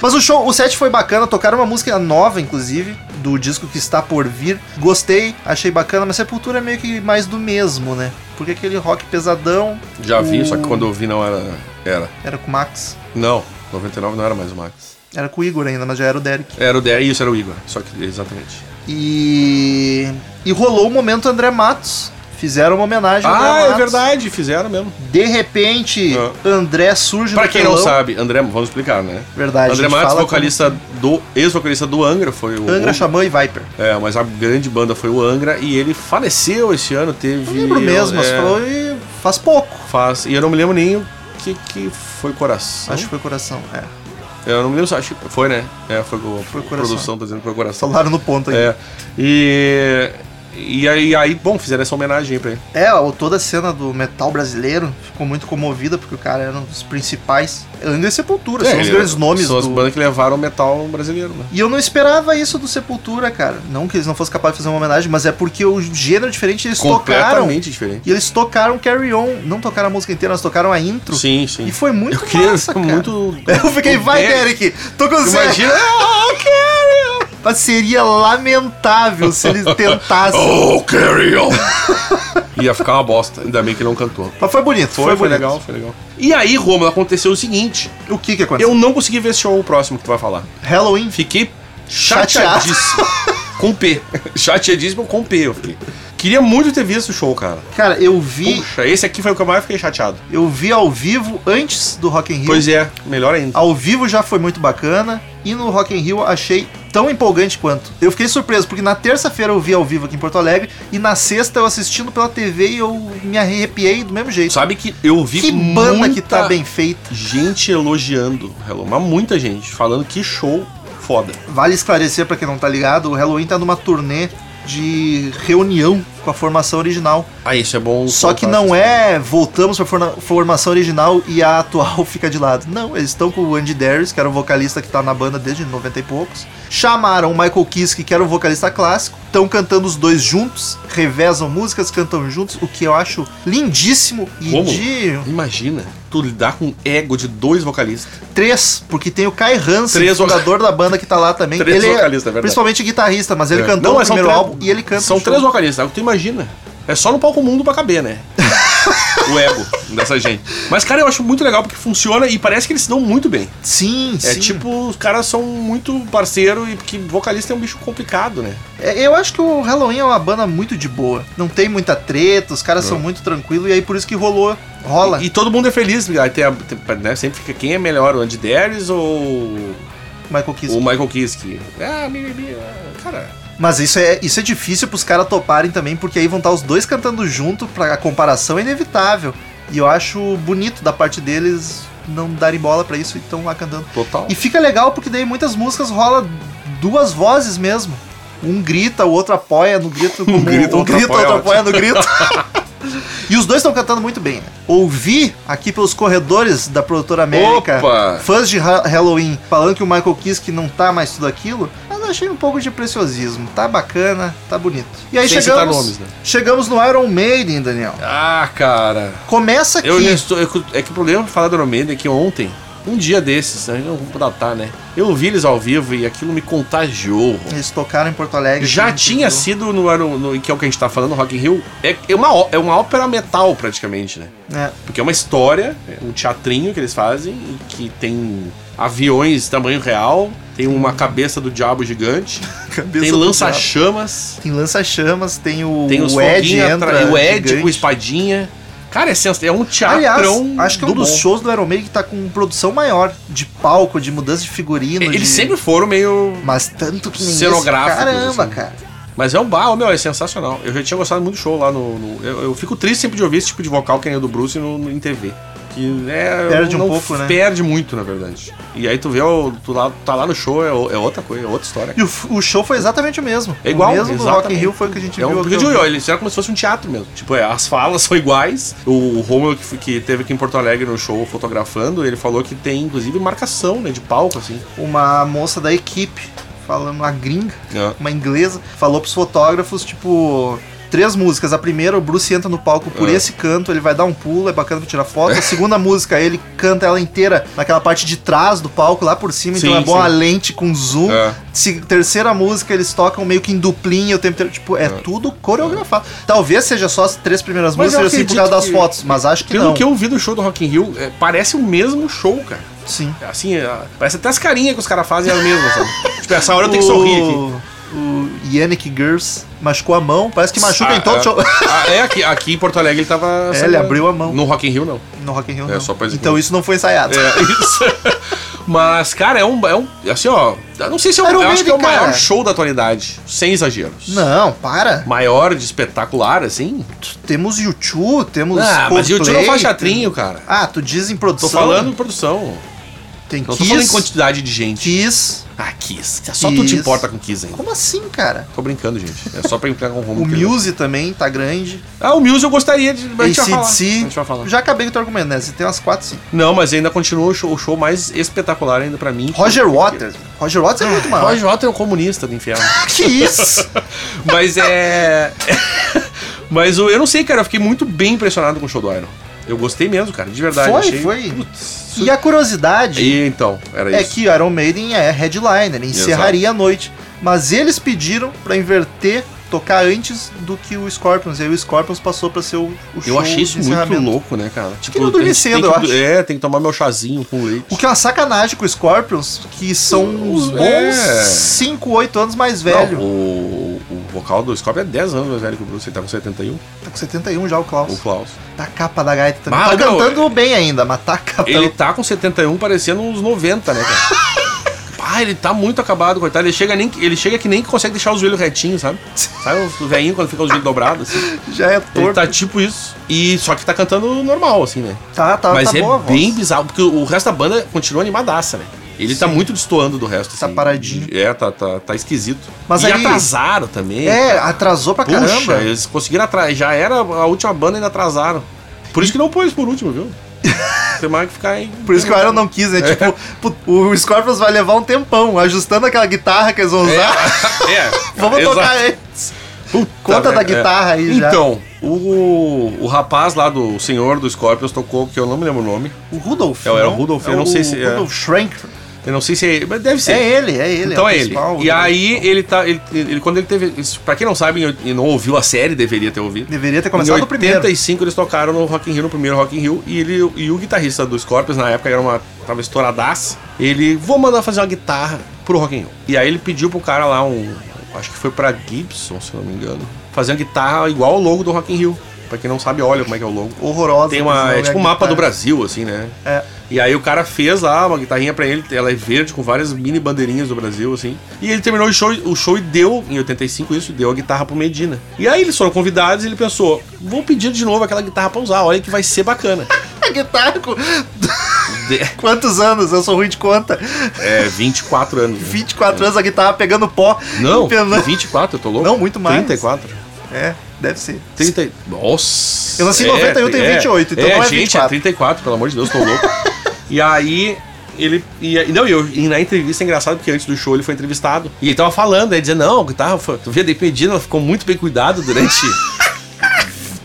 Mas o show, o set foi bacana, tocaram uma música nova, inclusive, do disco que está por vir. Gostei, achei bacana, mas Sepultura é meio que mais do mesmo, né? Porque aquele rock pesadão. Já vi, o- só que quando eu vi não era. Era. Era com o Max. Não, 99 não era mais o Max. Era com o Igor ainda, mas já era o Derek. Era o Derek, isso era o Igor, só que exatamente. E. E rolou o momento André Matos. Fizeram uma homenagem ao André Ah, é Matos. verdade, fizeram mesmo. De repente, É. André surge Pra no quem não telão. sabe, André, vamos explicar, né? Verdade, André a gente Matos, fala vocalista do. ex-vocalista do Angra, foi o. Angra, o- Xamã e Viper. É, mas a grande banda foi o Angra e ele faleceu esse ano, teve. Eu lembro mesmo, mas é, foi faz pouco. Faz, e eu não me lembro nem o que, que foi coração. Acho que foi coração, é. Eu não me lembro, acho que foi, né? É, foi com Foi a coração. produção, tá dizendo que foi coração. Falaram no ponto aí. É. E. E aí, aí, bom, fizeram essa homenagem aí pra ele. É, ó, toda a cena do metal brasileiro ficou muito comovida, porque o cara era um dos principais. Angra e Sepultura, são os É, ele- grandes nomes São as do... bandas que levaram o metal brasileiro, né? E eu não esperava isso do Sepultura, cara. Não que eles não fossem capazes de fazer uma homenagem, mas é porque o gênero diferente eles tocaram. Completamente diferente. E eles tocaram Carry On. Não tocaram a música inteira, mas tocaram a intro. Sim, sim. E foi muito eu queria massa, cara. muito. Eu fiquei, vai, Derek, tô com você. Imagina. ah, Mas seria lamentável se eles tentassem. Oh, carry on! Ia ficar uma bosta, ainda bem que não cantou. Mas foi bonito, foi, Foi, foi, bonito. legal, foi legal. E aí, Romulo, aconteceu o seguinte: O que que aconteceu? eu não consegui ver esse show o próximo que tu vai falar. Halloween. Fiquei chateadíssimo. com P. Chateadíssimo com P, eu fiquei. Queria muito ter visto o show, cara. Cara, eu vi, Puxa, esse aqui foi o que eu mais fiquei chateado. eu vi ao vivo antes do Rock in Rio. Pois é, melhor ainda. Ao vivo já foi muito bacana e no Rock in Rio achei tão empolgante quanto. Eu fiquei surpreso porque na terça-feira eu vi ao vivo aqui em Porto Alegre e na sexta eu assistindo pela TV e eu me arrepiei do mesmo jeito. Sabe que eu vi que banda muita que tá bem feita. gente elogiando Hello, mas muita gente falando que show foda. Vale esclarecer pra quem não tá ligado, o Halloween tá numa turnê de reunião com a formação original. Ah, isso é bom. Só que não é voltamos pra forna- formação original e a atual fica de lado. Não, eles estão com o Andy Darius, que era o vocalista que tá na banda desde 90 e poucos. Chamaram o Michael Kiske, que era um vocalista clássico. Estão cantando os dois juntos, revezam músicas, cantam juntos, o que eu acho lindíssimo. E Como? de Imagina, tu lidar com um ego de dois vocalistas. três, porque tem o Kai Hansen, Três o fundador da banda que tá lá também. Três ele vocalistas, é verdade. Principalmente guitarrista, mas ele É. cantou mas o são primeiro três- álbum e ele canta. São no show. três vocalistas, tu imagina. É só no palco mundo pra caber, né? o ego dessa gente. Mas, cara, eu acho muito legal porque funciona e parece que eles se dão muito bem. Sim, É sim. tipo, os caras são muito parceiro e porque vocalista é um bicho complicado, né? É, Eu acho que o Halloween é uma banda muito de boa. Não tem muita treta, os caras são muito tranquilos e aí por isso que rolou. Rola. E, e todo mundo é feliz, aí tem a- tem- né? Sempre fica quem é melhor, o Andy Darius ou Michael Kiske. o Michael Kiske. Ah, mi, mi, ah, cara. Mas isso é, isso é difícil pros caras toparem também, porque aí vão estar os dois cantando junto, pra, a comparação é inevitável. E eu acho bonito da parte deles não darem bola pra isso e estão lá cantando. Total. E fica legal porque daí muitas músicas rola duas vozes mesmo. Um grita, o outro apoia no grito. como- grita, o um outro grita, o apoia, outro apoia no grito. E os dois estão cantando muito bem, né? Ouvi aqui pelos corredores da produtora América Opa! fãs de Ha- Halloween falando que o Michael Kiske não tá mais tudo aquilo, mas eu achei um pouco de preciosismo. Tá bacana, tá bonito. E aí Sem citar chegamos, nomes, né? chegamos no Iron Maiden, Daniel. Ah, cara. Começa aqui. Eu ainda estou, é que- é que o problema de falar do Ironman é que ontem, um dia desses, né, não vou datar, né? Eu vi eles ao vivo e aquilo me contagiou. Eles tocaram em Porto Alegre. Já quem tinha viu. sido no, Iron- no que é o que a gente tá falando, Rock in Rio, é, é uma, ó- é uma ópera metal praticamente, né? É. Porque é uma história, é um teatrinho que eles fazem, e que tem aviões tamanho real, tem uma cabeça do diabo gigante, Cabeça tem do diabo. lança-chamas, Tem lança-chamas, tem o, tem os o Ed foguinhos entra. atrás, o Ed gigante. com espadinha. Cara, é, sens- é um Aliás, teatrão acho que é um do dos bom. shows do Iron Maiden que tá com produção maior de palco, de mudança de figurino. Eles de- sempre foram meio Mas tanto que nem esse. Cenográficos, Caramba, assim. cara. Mas é um bar, meu, é sensacional. Eu já tinha gostado muito do show lá no. no- eu, eu fico triste sempre de ouvir esse tipo de vocal que nem o do Bruce no, no- em TV. Que é, Perde um não pouco, né? Perde muito, na verdade. E aí tu vê, o- tu lá, tá lá no show, é, o- é outra coisa, é outra história. E o, f- o show foi exatamente o mesmo. É igual, O mesmo do Rock in exatamente. Rio foi o que a gente É um, viu. porque aqui ao de- vivo. eles fizeram como se fosse um teatro mesmo. Tipo, é, as falas são iguais. O, o Romulo, que, f- que teve aqui em Porto Alegre no show fotografando, ele falou que tem, inclusive, marcação, né, de palco, assim. Uma moça da equipe, falando uma gringa, É. uma inglesa, falou pros fotógrafos, tipo... Três músicas. A primeira, o Bruce entra no palco por É. esse canto, ele vai dar um pulo, é bacana pra tirar foto. A segunda música, ele canta ela inteira naquela parte de trás do palco, lá por cima, então Sim, é bom sim. a lente com zoom. É. Se- terceira música, eles tocam meio que em duplinha o tempo inteiro. Tipo, é, tudo coreografado. Talvez seja só as três primeiras Mas eu músicas, assim, por causa das acredito que- fotos, mas acho que Pelo não. que eu vi do show do Rock in Rio, é, parece o mesmo show, cara. Sim. Assim, é, parece até as carinhas que os caras fazem é a mesma, sabe? tipo, essa hora eu tenho que sorrir aqui. O Yannick Gers machucou a mão, parece que machuca Ah, em todo ah, show. ah, é, aqui, aqui em Porto Alegre ele tava. É, sabe, ele abriu a mão. No Rock in Rio, não. No Rock in Rio, É, não. só pra dizer que Então não. isso não foi ensaiado. É isso. Mas, cara, é um, é um. Assim, ó. eu Não sei se é o, Iron eu acho que é o Maiden, um cara. maior show da atualidade. Sem exageros. Não, para. Maior de espetacular, assim. Temos YouTube, temos ah, mas Coldplay. YouTube não faz teatrinho, cara. Ah, tu diz em Tô produção. falando em produção. Tem Não tô falando em Kiss. quantidade de gente. Kiss. Ah, Kiss. Só tu te Kiss. importa com Kiss ainda. Como assim, cara? Tô brincando, gente. É só pra entrar com o Romulo. O que ele- Muse também tá grande. Ah, o Muse eu gostaria de. Mas a gente vai falar. AC/DC. A gente vai falar. Já acabei com o teu argumento, né? Você tem umas 4, 5. Não, mas ainda continua o show, o show mais espetacular ainda pra mim. Roger Waters. Roger Waters é muito maior. Roger Waters é um comunista do inferno. Que isso? mas é. mas eu, eu não sei, cara. Eu fiquei muito bem impressionado com o show do Iron. Eu gostei mesmo, cara. De verdade. Foi, achei... foi. Putz. e a curiosidade... E então, era é isso. que Iron Maiden é headliner, encerraria a noite. Mas eles pediram pra inverter, tocar antes do que o Scorpions. E aí o Scorpions passou pra ser o, o Eu achei isso de muito encerramento. louco, né, cara? Tipo, não dormir tem- tem cedo, que- eu acho. É, tem que tomar meu chazinho com leite. O que é uma sacanagem com o Scorpions, que são Os- uns bons é. 5, 8 anos mais Não, velho. o, o vocal do Scorpion é 10 anos mais velho que o Bruce. Ele tá com 71, Tá com 71 já o o Klaus. Klaus. Tá a capa da gaita também. Mas, tá meu, cantando bem ainda, mas tá a capa. Ele tá com 71 parecendo uns 90, né, cara? Ah, ele tá muito acabado, coitado. Ele chega, nem, ele chega que nem consegue deixar o joelho retinho, sabe? Sabe o velhinho quando fica o joelho dobrado, assim? Já é Ele torto. tá tipo isso. E só que tá cantando normal, assim, né? Tá, tá, Mas tá é boa a voz. bem bizarro, porque o resto da banda continua animadaça, né? Ele tá muito destoando do resto. Tá paradinho. É, tá, tá, tá esquisito. Mas e aí- atrasaram também. É, cara. atrasou pra Puxa, caramba. eles conseguiram atrasar. Já era a última banda ainda atrasaram. Por isso que não pôs por último, viu? Tem mais que ficar em. Por isso que o Iron não quis, né? Tipo, put- o Scorpions vai levar um tempão ajustando aquela guitarra que eles vão usar. É, Vamos exato. tocar antes. Conta da merda, é. guitarra aí já. Então, o, o rapaz lá do o senhor do Scorpions tocou, que eu não me lembro o nome. O né? Rudolf. É, era não? o Rudolph, eu não sei se é. Rudolf Schrank. Eu não sei se é ele, mas deve ser. É ele, é ele. Então o é ele. principal, E o- aí ele tá. Ele, ele- quando ele teve. Pra quem não sabe e não ouviu a série, deveria ter ouvido. Deveria ter Em começado o primeiro. 85 eles tocaram no Rock in Rio, no primeiro Rock in Rio, e, ele, e o guitarrista do Scorpions, na época era uma, tava estouradaço, ele, vou mandar fazer uma guitarra pro Rock in Rio. E aí ele pediu pro cara lá um, acho que foi pra Gibson, se eu não me engano, fazer uma guitarra igual ao logo do Rock in Rio. Pra quem não sabe, olha como é que é o logo. Horrorosa. Tem mas não uma, é tipo um mapa né? guitarra. do Brasil, assim, né? É. E aí o cara fez lá uma guitarrinha pra ele, ela é verde, com várias mini bandeirinhas do Brasil, assim. E ele terminou o show, o show e deu, em 85 isso, deu a guitarra pro Medina. E aí eles foram convidados e ele pensou, vou pedir de novo aquela guitarra pra usar, olha que vai ser bacana. A guitarra com... De- Quantos anos? Eu sou ruim de conta. É, 24 anos. né? 24 anos a guitarra pegando pó. Não, Empenando. 24, eu tô louco. Não, muito mais. 34. É, deve ser. 30... Nossa! Eu nasci em 91, tenho 28, então é, não é gente, 24. é 34, pelo amor de Deus, tô louco. e aí, ele... E, aí- não, e eu, e na entrevista, é engraçado, porque antes do show ele foi entrevistado. E ele tava falando, aí dizendo, não, a guitarra foi... Tu via, dependendo, ela ficou muito bem cuidada durante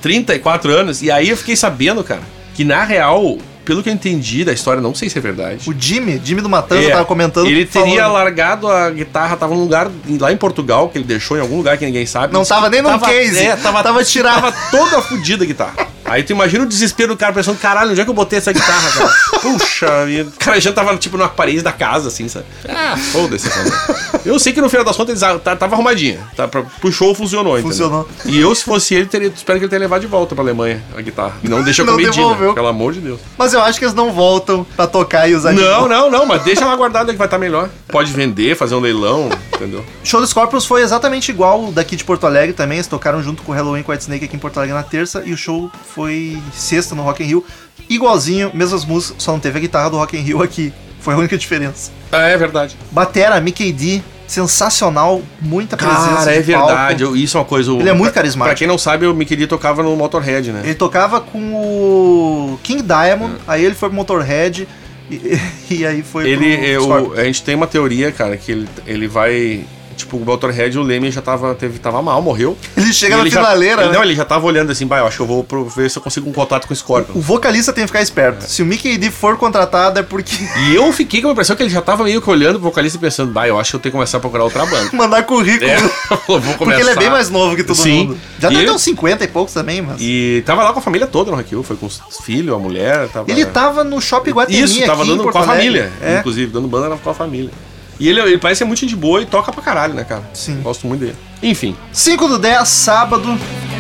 34 anos. E aí eu fiquei sabendo, cara, que na real, pelo que eu entendi da história, não sei se é verdade... O Jimmy, Jimmy do Matanza, É, tava comentando. né? Ele teria falando- largado a guitarra, tava num lugar lá em Portugal, que ele deixou em algum lugar que ninguém sabe. Não Diz tava nem que num case. É, tava, Tava tava tirado. Tava toda fudida a guitarra. Aí tu imagina o desespero do cara pensando, caralho, onde é que eu botei essa guitarra, cara? Puxa vida. O cara já tava, tipo, na parede da casa, assim, sabe? Ah, foda-se. cara. Eu sei que no final das contas eles a- tá- tava arrumadinha. Tá, pra- puxou, funcionou, entendeu? Funcionou. E eu, se fosse ele, teria, espero que ele tenha levado de volta pra Alemanha a guitarra. E não deixa Não com medida, devolveu. pelo amor de Deus. Mas eu acho que eles não voltam pra tocar e usar tá de Não, novo. não, não, mas deixa ela guardada que vai estar melhor. Pode vender, fazer um leilão, entendeu? O show do Scorpions foi exatamente igual o daqui de Porto Alegre também. Eles tocaram junto com o Halloween com Snake aqui em Porto Alegre na terça. E o show foi sexta no Rock in Rio. Igualzinho, mesmas músicas, só não teve a guitarra do Rock in Rio aqui. Foi a única diferença. Ah, é verdade. Batera, Mickey D, sensacional, muita presença Cara, é de palco. verdade. eu- isso é uma coisa. Ele é muito pra- carismático. Pra quem não sabe, o Mickey D tocava no Motorhead, né? Ele tocava com o King É. Diamond, aí ele foi pro Motorhead e, e aí foi Ele, pro eu- Scorpions. a gente tem uma teoria, cara, que ele, ele vai. Tipo, o Motorhead, o Leme já tava, teve, tava mal, morreu. Ele chega E na ele já- finaleira, ele- né? Não, ele já tava olhando assim, vai, eu acho que eu vou pro- ver se eu consigo um contato com o Scorpion. O vocalista tem que ficar esperto. Se o Mickey D for contratado é porque E eu fiquei com a impressão que ele já tava meio que olhando pro vocalista e pensando, bah, eu acho que eu tenho que começar a procurar outra banda. mandar currículo. É, eu vou começar. Porque ele é bem mais novo que todo Sim. mundo. Já E tem ele- até uns 50 e poucos também, mas. E tava lá com a família toda no Rock in Rio, foi com os filhos, a mulher, tava... Ele tá tava no Shopping Guatemi Isso, tava aqui em dando Porto com a Alegre. família, É. inclusive, dando banda com a família. E ele, ele parece ser muito gente boa e toca pra caralho, né, cara? Sim. Gosto muito dele. Enfim, 5 do 10, sábado.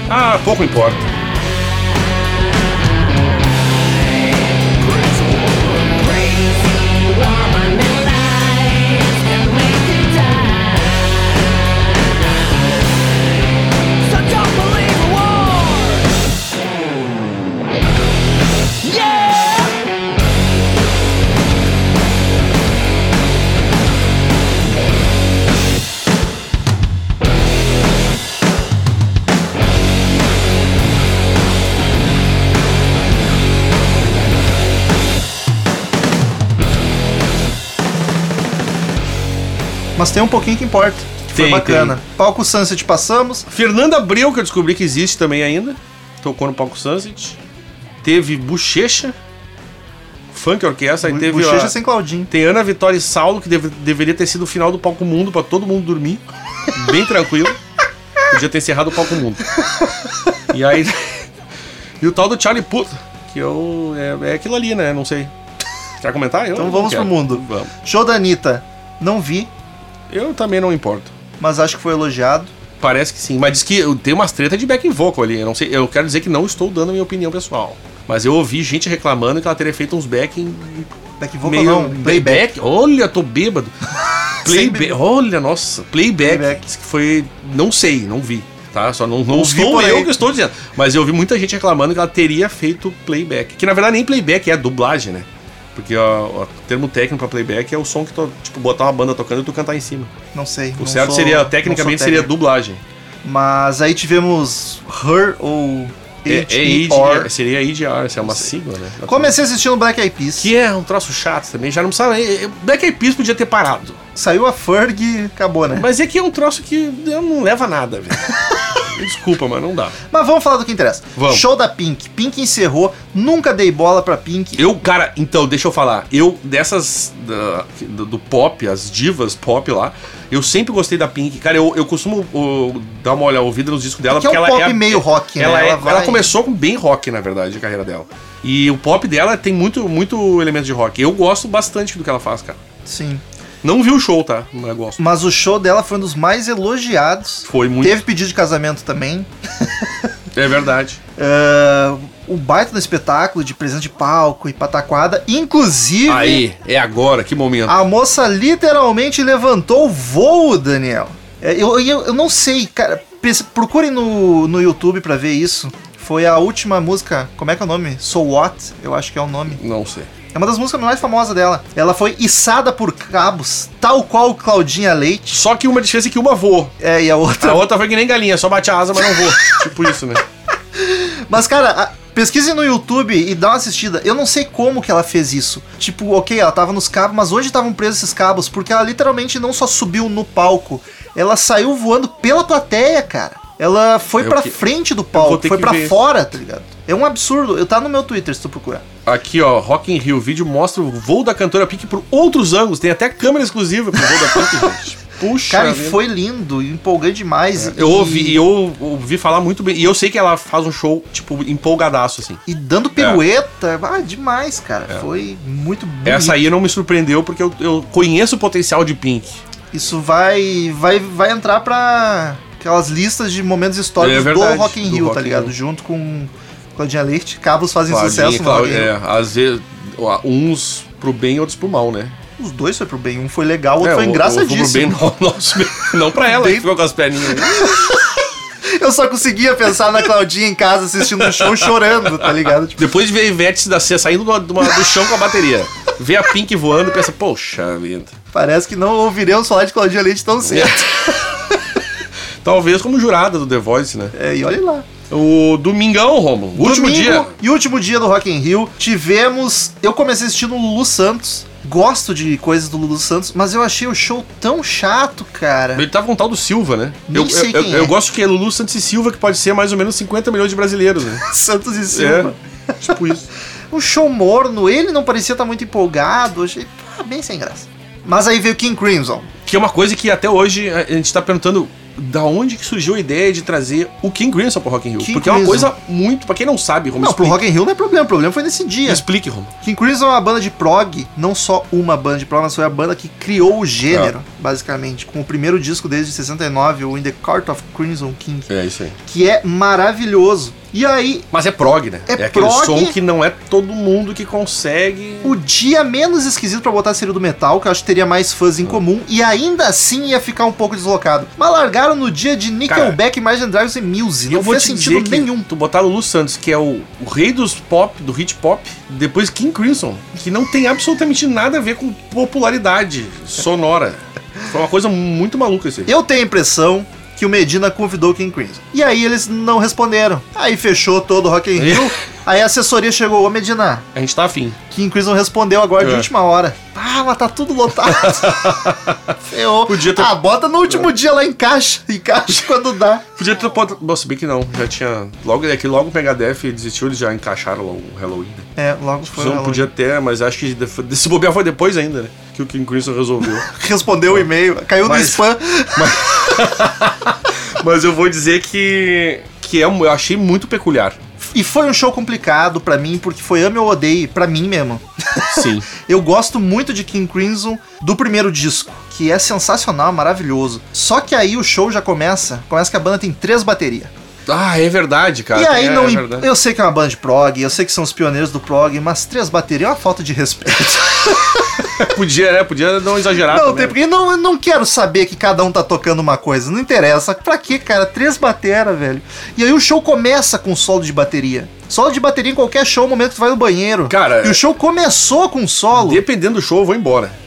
ah, pouco importa. So don't believe a word. Yeah. Mas tem um pouquinho que importa. Que foi Tem, bacana. Palco Sunset passamos. Fernanda Abreu, que eu descobri que existe também ainda, tocou no palco Sunset. Teve Bochecha, Funk Orquestra, aí Bu- teve... Bochecha a- sem Claudinho. Tem Ana Vitória e Saulo, que deve- deveria ter sido o final do Palco Mundo pra todo mundo dormir. Bem tranquilo. Podia ter encerrado o Palco Mundo. E aí. E o tal do Charlie Puth, que eu. É, é aquilo ali, né? Não sei. Quer comentar? Eu Então não vamos quero. pro mundo. Vamos. Show da Anitta. Não vi, Eu também não importo. mas acho que foi elogiado. Parece que sim. Mas diz que eu- tem umas tretas de back vocal ali. Eu não sei. Eu quero dizer que não estou dando a minha opinião pessoal. Mas eu ouvi gente reclamando que ela teria feito uns back em Daqui vou meio não. um Playback. Olha, tô bêbado. Sem Playback. be- Olha, nossa. Playback. Playback. Diz que foi. Não sei, não vi. Tá? Só não, não, Não vi, sou porém. eu que estou dizendo. Mas eu vi muita gente reclamando que ela teria feito playback. Que na verdade nem playback é dublagem, né? Porque ó, ó, o termo técnico pra playback é o som que tu, tipo, botar uma banda tocando e tu cantar em cima. Não sei. O certo seria, tecnicamente, seria dublagem. Mas aí tivemos Her ou É, é H.E.R.. ADR, seria ADR, isso é uma sigla, né? Comecei assistindo Black Eyed Peas. Que é um troço chato também, já não precisava. é, é, Black Eyed Peas podia ter parado. Saiu a Ferg e acabou, né? Mas... Mas é que é um troço que não leva a nada, velho. Desculpa, mas não dá. vamos falar do que interessa. Vamos. Show da Pink. Pink encerrou. Nunca dei bola pra Pink. Eu, cara, então, deixa eu falar. Eu, dessas. da- do, do pop, as divas pop lá, eu sempre gostei da Pink. Cara, eu, eu costumo ô, dar uma olhada ouvida nos discos dela. É que é um porque ela pop meio rock, né? ela, é- Ela ela, vai- começou com bem rock, na verdade, a carreira dela. E o pop dela tem muito, muito elemento de rock. Eu gosto bastante do que ela faz, cara. Sim. Não vi o show, tá? Mas eu gosto. Mas o show dela foi um dos mais elogiados. Foi muito. Teve pedido de casamento também. É verdade. Ah, o baita do espetáculo de presença de palco e pataquada. Inclusive, Aí, é agora, que momento. a moça literalmente levantou o voo, Daniel. É, Eu, eu, eu não sei, cara. Pes- Procurem no, no YouTube pra ver isso. Foi a última música. Como é que é o nome? So What? Eu acho que é o nome. Não sei. É uma das músicas mais famosas dela. Ela foi içada por cabos, tal qual Claudinha Leite. Só que uma diferença é que uma voou. É, e a outra. A outra foi que nem galinha, só bate a asa, mas não voa. tipo isso, né? Mas, cara, a- pesquise no YouTube e dá uma assistida. Eu não sei como que ela fez isso. Tipo, ok, ela tava nos cabos, mas onde estavam presos esses cabos? Porque ela literalmente não só subiu no palco, ela saiu voando pela plateia, cara. Ela foi Eu pra que- frente do vou palco, ter foi que pra ver. fora, tá ligado? É um absurdo. Eu tá no meu Twitter se tu procurar. Aqui, ó, Rock in Rio. O vídeo mostra o voo da cantora Pink por outros ângulos. Tem até câmera exclusiva pro voo da Pink, gente. Puxa. Cara, vida. e foi lindo, e empolgante demais. É, Eu e- ouvi, eu ouvi falar muito bem. E eu sei que ela faz um show, tipo, empolgadaço, assim. E dando pirueta, ah, demais, cara. Foi muito bonito. É. Essa aí não me surpreendeu, porque eu, eu conheço o potencial de Pink. Isso vai, vai, vai entrar pra aquelas listas de momentos históricos É verdade, do Rock in do Rio, Rock tá in ligado? Rio. Junto com Claudinha Leite, Cabos fazem sucesso Claudinha, no Rock né? in Cláudia, Rio. é, às vezes, ó, uns pro bem, outros pro mal, né? Os dois foi pro bem, um foi legal, o outro É, foi o- o- engraçadíssimo. pro bem, não, nosso bem. não pra ela, que ficou com as perninhas. Eu só conseguia pensar na Claudinha em casa assistindo um show chorando, tá ligado? Tipo, Depois de ver a Ivete da C saindo do, do- do chão com a bateria, ver a Pink voando, pensa, poxa vida. parece que não ouviremos falar de Claudinha Leite tão cedo. Talvez como jurada do The Voice, né? É, e olha lá. O Domingão, Romulo. Último Domingo dia. E último dia do Rock in Rio, tivemos... Eu comecei assistindo o Lulu Santos. Gosto de coisas do Lulu Santos, mas eu achei o show tão chato, cara. Ele tava com um tal do Silva, né? Nem eu, sei eu, quem eu- é. eu gosto que é Lulu Santos e Silva, que pode ser mais ou menos 50 milhões de brasileiros, né? Santos e Silva. É. Tipo isso. um show morno, ele não parecia estar muito empolgado, achei ah, bem sem graça. Mas aí veio King Crimson. Que é uma coisa que até hoje a a gente tá perguntando da onde que surgiu a ideia de trazer o King Crimson pro Rock in Rio. King porque é uma Crimson. coisa muito... Pra quem não sabe, Romulo, Não, pro explique- Rock in Rio não é problema, o problema foi nesse dia. Explique, Romulo. King Crimson é uma banda de prog, não só uma banda de prog, mas foi a banda que criou o Tá. gênero, basicamente, com o primeiro disco desde 69, o In the Court of Crimson King, É isso aí. que é maravilhoso. E aí, Mas é prog, né? É aquele prog. som que não é todo mundo que consegue. o dia menos esquisito pra botar seria o do metal, que eu acho que teria mais fãs em comum, e ainda assim ia ficar um pouco deslocado. Mas largaram no dia de Nickelback, Imagine Dragons e Muse, não fez sentido que nenhum. Tu botar Lulu Santos, que é o, o rei dos pop, do hit pop, depois King Crimson, que não tem absolutamente nada a ver com popularidade sonora. Foi uma coisa muito maluca isso aí. Eu tenho a impressão que o Medina convidou o King Crimson. E aí eles não responderam. Aí fechou todo o Rock in Rio. aí a assessoria chegou, ô Medina, A gente tá afim. King Crimson respondeu agora de É. última hora. Ah, mas tá tudo lotado. Ferrou. Podia ter- Ah, bota no último dia lá em caixa. Em caixa quando dá. Podia ter botado. Bom, se bem que não, já tinha. Logo daqui, logo o Megadeth desistiu, eles já encaixaram o Halloween. né? É, logo foi. Não Não podia ter, mas acho que de- se bobear foi depois ainda, né? Que o King Crimson resolveu. Respondeu o e-mail, caiu Mas- no spam. Mas eu vou dizer que. que é, um- eu achei muito peculiar. E foi um show complicado pra mim, porque foi ame ou odeie, pra mim mesmo. Sim. Eu gosto muito de King Crimson do primeiro disco, que é sensacional, maravilhoso. Só que aí o show já começa, começa que a banda tem três baterias. ah, é verdade, cara. e aí é, não, é im- verdade. eu sei que é uma banda de prog, eu sei que são os pioneiros do prog, mas três baterias é uma falta de respeito. Podia, né? Podia não exagerar. Não, também. tem, porque não, eu não quero saber que cada um tá tocando uma coisa. Não interessa. Pra quê, cara? Três batera, velho. E aí o show começa com solo de bateria. Solo de bateria em qualquer show, no momento que tu vai no banheiro. Cara, E o show começou com solo. Dependendo do show, eu vou embora.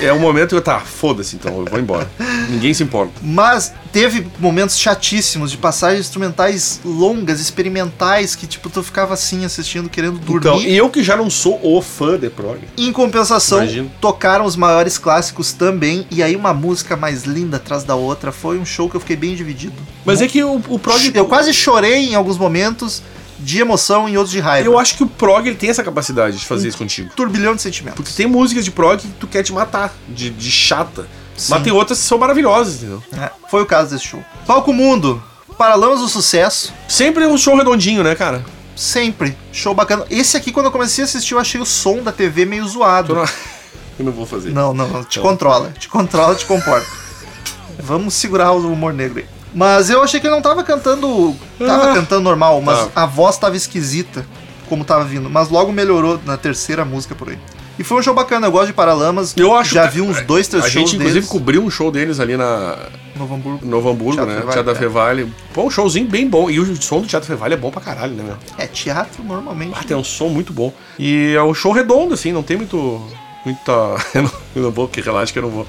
É o momento que eu tá, foda-se então, eu vou embora. Ninguém se importa. Mas teve momentos chatíssimos de passagens instrumentais longas, experimentais, que tipo, tu ficava assim assistindo, querendo dormir. Então, e eu que já não sou o fã de prog. Em compensação, Imagino. tocaram os maiores clássicos também, e aí uma música mais linda atrás da outra. Foi um show que eu fiquei bem dividido. Mas é que o, o prog. Eu quase chorei em alguns momentos, de emoção e outros de raiva. Eu acho que o prog ele tem essa capacidade de fazer isso contigo. turbilhão de sentimentos. Porque tem músicas de prog que tu quer te matar, de, de chata. Sim. Mas tem outras que são maravilhosas, entendeu? É, foi o caso desse show. Palco Mundo, Paralamas do Sucesso, Sempre é um show redondinho, né, cara? sempre. Show bacana. Esse aqui, quando eu comecei a assistir, eu achei o som da TV meio Tu zoado. não- eu não vou fazer. Não, não, não, te Então. controla, te controla, te comporta. Vamos segurar o humor negro aí. Mas eu achei que ele não tava cantando. Tava Ah. Tá. cantando normal, mas Tava. a voz tava esquisita, como tava vindo. Mas logo melhorou na terceira música por aí. E foi um show bacana, eu gosto de Paralamas. Eu acho Já que- vi uns dois, três A shows gente, inclusive, deles. cobriu um show deles ali na Novo Hamburgo. Novo Hamburgo, Teatro né? Fevale, Teatro da é. Fevale. Pô, um showzinho bem bom. E o som do Teatro Fevale é bom pra caralho, né, meu? É teatro normalmente. Ah, tem um som muito bom. E é um show redondo, assim, não tem muito. Muita. Eu não, eu não vou, porque relaxa que eu não vou.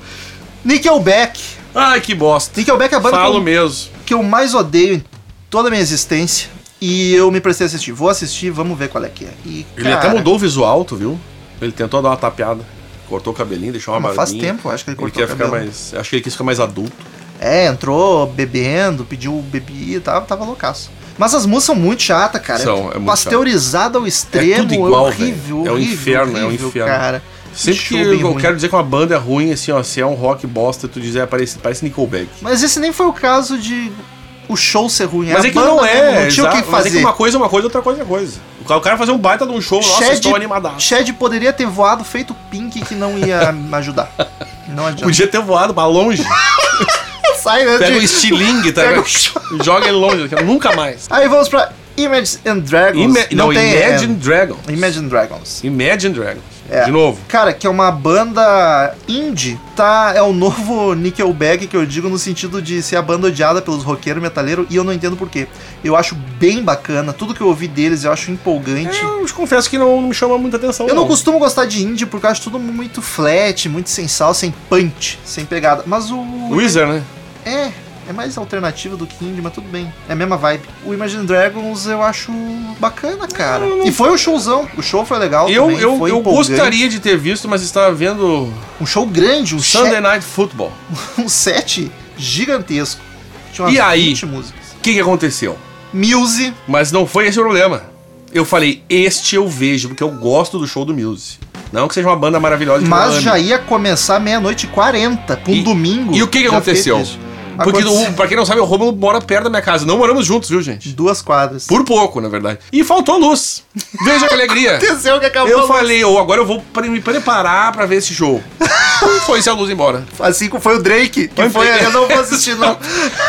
Nickelback. Ai, que bosta. Nickelback é a banda que Falo eu, mesmo. que eu mais odeio em toda a minha existência. E eu me prestei a assistir. Vou assistir, vamos ver qual é que é. E, Ele até cara, mudou o visual, tu viu? Ele tentou dar uma tapeada. Cortou o cabelinho, deixou uma Ah, Mas barbinha. faz tempo, acho que ele ele cortou quer o ficar cabelo. mais. Acho que ele quis ficar mais adulto. É, entrou bebendo, pediu bebida, tava, tava loucaço. Mas as músicas são muito chatas, cara. São, é muito pasteurizada ao extremo, É tudo igual, horrível, velho. É um horrível, inferno, é um horrível, inferno. Cara. Sempre que show bem eu ruim. quero dizer que uma banda é ruim, assim, ó, se é um rock bosta, tu dizer, é, parece, parece Nickelback. Mas esse nem foi o caso de o show ser ruim. Mas a é que não banda é, Não tinha o exato. que Mas é que fazer. uma coisa é uma coisa, outra coisa é coisa. O cara- o cara fazer um baita de um show, nossa, Shed- estou animadaço. Shed poderia ter voado feito Pink que não ia me ajudar. Não adianta. Podia ter voado pra longe. sair, né? Pega de- o estilingue, tá? Pega o- ligado? Joga ele longe, nunca mais. Aí vamos pra Image and Dragons. Ima- não, Imagine é, Dragons. Imagine Dragons. Imagine Dragons. É. De novo. Cara, que é uma banda indie, tá? É o novo Nickelback que eu digo no sentido de ser a banda odiada pelos roqueiros metaleiros e eu não entendo porquê. Eu acho bem bacana, tudo que eu ouvi deles eu acho empolgante. Eu te confesso que não, não me chama muita atenção. Eu não costumo gostar de indie porque eu acho tudo muito flat, muito sem sal, sem punch, sem pegada. Mas o. Wizard, né? É, é mais alternativo do que indie, mas tudo bem. É a mesma vibe. O Imagine Dragons eu acho bacana, cara. E foi um showzão. O show foi legal. Eu, também, eu, foi eu empolgante. gostaria de ter visto, mas estava vendo Um show grande, um, Sunday set, Night Football. um set gigantesco. Tinha umas E aí? 20 músicas. O que, que aconteceu? Muse. Mas não foi esse o problema. Eu falei, este eu vejo, porque eu gosto do show do Muse. Não que seja uma banda maravilhosa de Mas já ia começar meia-noite e 40, pra um E- domingo. e o que que Já aconteceu? fez isso. Porque, Aconteceu o, pra quem não sabe, o Rômulo mora perto da minha casa. Não moramos juntos, viu, gente? duas quadras. Por pouco, na verdade. E faltou luz. Veja que alegria. Aconteceu que acabou. Eu falei, ou agora eu vou pre- me preparar pra ver esse show. Como foi se a luz embora? Assim como foi o Drake, que Foi foi, o Drake. eu não vou assistir não.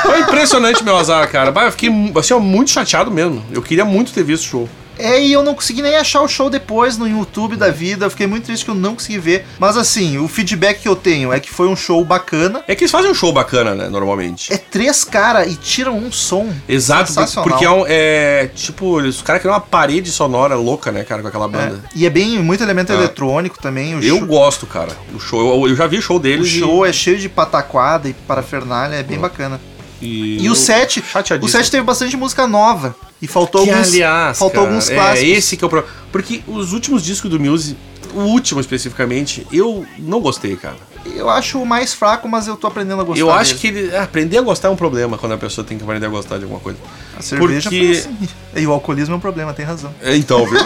Foi impressionante meu azar, cara. Bah, eu fiquei assim, ó, muito chateado mesmo. Eu queria muito ter visto o show. É, e eu não consegui nem achar o show depois no YouTube da vida. Eu fiquei muito triste que eu não consegui ver. Mas assim, o feedback que eu tenho é que foi um show bacana. É que eles fazem um show bacana, né, normalmente. É três caras e tiram um som. Exato, por- Sensacional. porque é, um, é tipo, eles- os caras criam uma parede sonora louca, né, cara, com aquela banda. É, E é bem muito elemento Ah. eletrônico também. O Eu show, gosto, cara. O show, eu, eu já vi o show o deles. e- show é cheio de pataquada e parafernália, é bem bacana. E, E o set, chateadíssimo. o set teve bastante música nova e faltou que, alguns, aliás, faltou cara, alguns clássicos. É esse que é o problema. Porque os últimos discos do Muse, o último especificamente, eu não gostei, cara. Eu acho o mais fraco, mas eu tô aprendendo a gostar. eu acho dele. que ele, aprender a gostar é um problema quando a pessoa tem que aprender a gostar de alguma coisa. a cerveja porque- foi assim. E o alcoolismo é um problema, tem razão. É, Então, viu?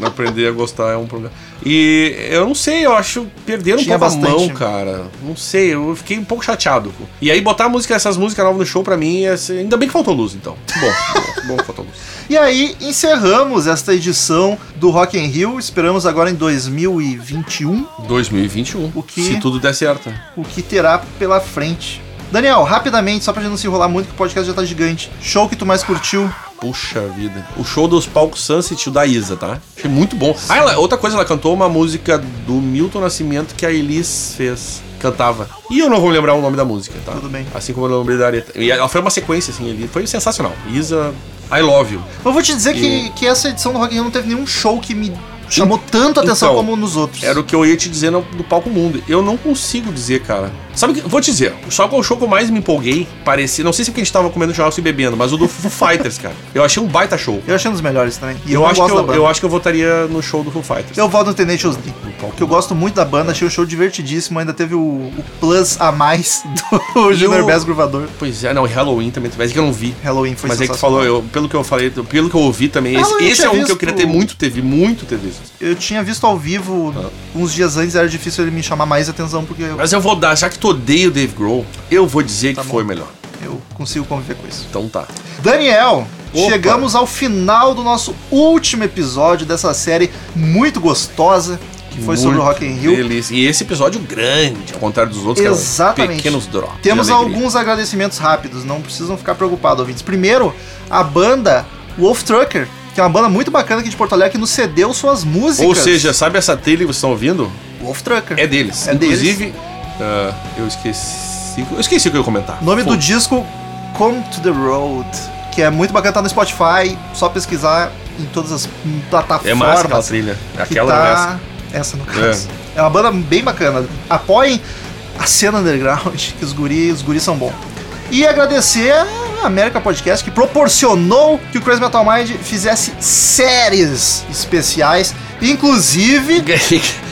Aprender a gostar é um problema. E eu não sei, eu acho perderam um Tinha pouco a bastante. mão, cara. Não sei, eu fiquei um pouco chateado. pô. E aí botar a música, essas músicas novas no show pra mim, é assim, ainda bem que faltou luz, então. Bom, bom, bom que faltou luz. E aí encerramos esta edição do Rock in Rio. Esperamos agora em 2021 2021. O que- Se tudo der certo. um né? o que terá pela frente. Daniel, rapidamente, só pra gente não se enrolar muito, que o podcast já tá gigante. Show que tu mais curtiu? Puxa vida. O show dos palcos Sunset, o da Isa, tá? Achei muito bom. Ah, ela- outra coisa, ela cantou uma música do Milton Nascimento que a Elis fez. Cantava. E eu não vou lembrar o nome da música, tá? Tudo bem. Assim como eu não lembrei da Areta. E ela foi uma sequência, assim, ali. Foi sensacional. Isa, I love you. Eu vou te dizer que, E- que essa edição do Rock in Rio não teve nenhum show que me chamou tanto a atenção Então, como nos outros. Era o que eu ia te dizer no- do palco mundo. Eu não consigo dizer, cara. Sabe o que? Vou te dizer, só que o show que eu mais me empolguei parecia. Não sei se é porque a gente tava comendo churrasco e bebendo, mas o do Foo Fighters, cara. Eu achei um baita show. Eu achei um dos melhores também. E Eu, não acho que gosto da eu, banda. eu acho que eu votaria no show do Foo Fighters. Eu voto no Tenente Osni, que eu gosto muito da banda, achei o show divertidíssimo, ainda teve o, o plus a mais do E Junior o- Bass Gruvador. Pois é, não, e Halloween também, mas é que eu não vi. Halloween foi mas é que tu sensacional. falou, eu- pelo que eu falei, pelo que eu ouvi também, esse, Halloween Ah, eu esse tinha é um que visto. eu queria ter muito, teve muito, teve isso. Eu tinha visto ao vivo uns dias antes, era difícil ele me chamar mais atenção, porque eu, Ah. Mas eu vou dar, já que tu odeia o Dave Grohl, eu vou dizer que Tá bom. foi melhor. eu consigo conviver com isso. Então tá. Daniel, Opa. chegamos ao final do nosso último episódio dessa série muito gostosa, que foi sobre o Muito Rock in Rio. Delícia. E esse episódio grande, ao contrário dos outros, que eram Exatamente. pequenos drops. Temos de alegria. alguns agradecimentos rápidos, não precisam ficar preocupados, ouvintes. Primeiro, a banda Wolf Trucker, que é uma banda muito bacana aqui de Porto Alegre, que nos cedeu suas músicas. Ou seja, sabe essa trilha que vocês estão ouvindo? Wolf Trucker. É deles. É deles. Inclusive, ah, eu esqueci. Eu esqueci o que eu ia comentar. O nome do Pô, disco, Come to the Road, que é muito bacana, tá no Spotify, só pesquisar em todas as É massa aquela plataformas. trilha. que Aquela tá- é massa. Essa no caso. É. uma banda bem bacana. Apoiem a cena underground, que os guris, os guris são bons. E agradecer a América Podcast, que proporcionou que o Crazy Metal Mind fizesse séries especiais, inclusive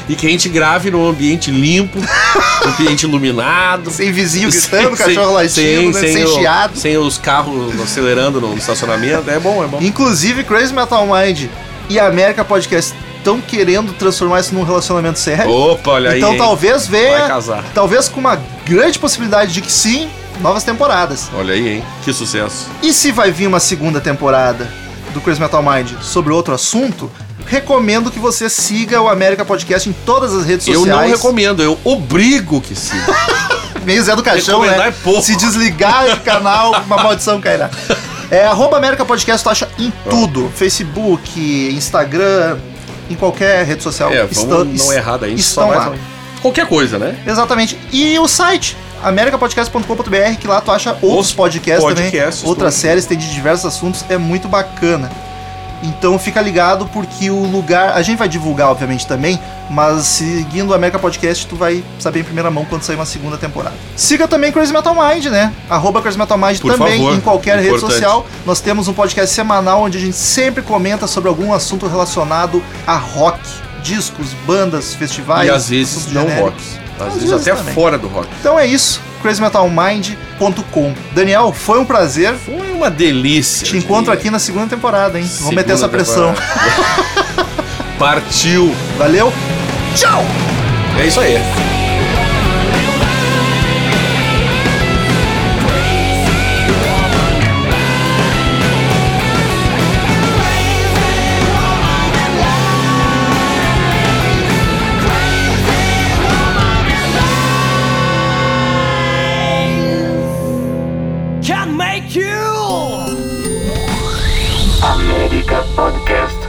E que a gente grave num ambiente limpo, num ambiente iluminado. sem vizinho gritando, cachorro latindo, sem- né, sem sem o- chiado. Sem os carros acelerando no estacionamento. É bom, é bom. Inclusive, Crazy Metal Mind e a América Podcast estão querendo transformar isso num relacionamento sério. Opa, olha aí. então hein? talvez Vai venha, casar. talvez com uma grande possibilidade de que sim, novas temporadas. Olha aí, hein? Que sucesso. E se vai vir uma segunda temporada do Crazy Metal Mind sobre outro assunto, recomendo que você siga o América Podcast em todas as redes Eu não sociais. Então, recomendo, eu obrigo que sim. Meio Zé do Caixão, Recomendar né? é pouco. Se desligar do canal, uma maldição cairá. É, arroba América Podcast tu acha em tudo. Facebook, Instagram, em qualquer rede social. É, vamos Estão- não errar daí, Estão só mais lá. um- Qualquer coisa, né? Exatamente. E o site, americapodcast.com.br, que lá tu acha outros Os podcasts, podcasts, também, outras tudo. séries, tem de diversos assuntos, é muito bacana. Então fica ligado porque o lugar, a gente vai divulgar obviamente também, mas seguindo o América Podcast tu vai saber em primeira mão quando sair uma segunda temporada. Siga também Crazy Metal Mind, né? Arroba Crazy Metal Mind Por também favor, em qualquer rede importante. social. Nós temos um podcast semanal onde a gente sempre comenta sobre algum assunto relacionado a rock, discos, bandas, festivais. e às vezes assuntos não genéricos. rock. Às, vezes, vezes até também. fora do rock. Então é isso, crazymetalmind.com. Daniel, foi um prazer. Foi Então é uma delícia. Te encontro aqui na segunda temporada, hein? Vamos meter essa pressão. Partiu. Valeu. Tchau. É isso aí. Can make you América Podcast.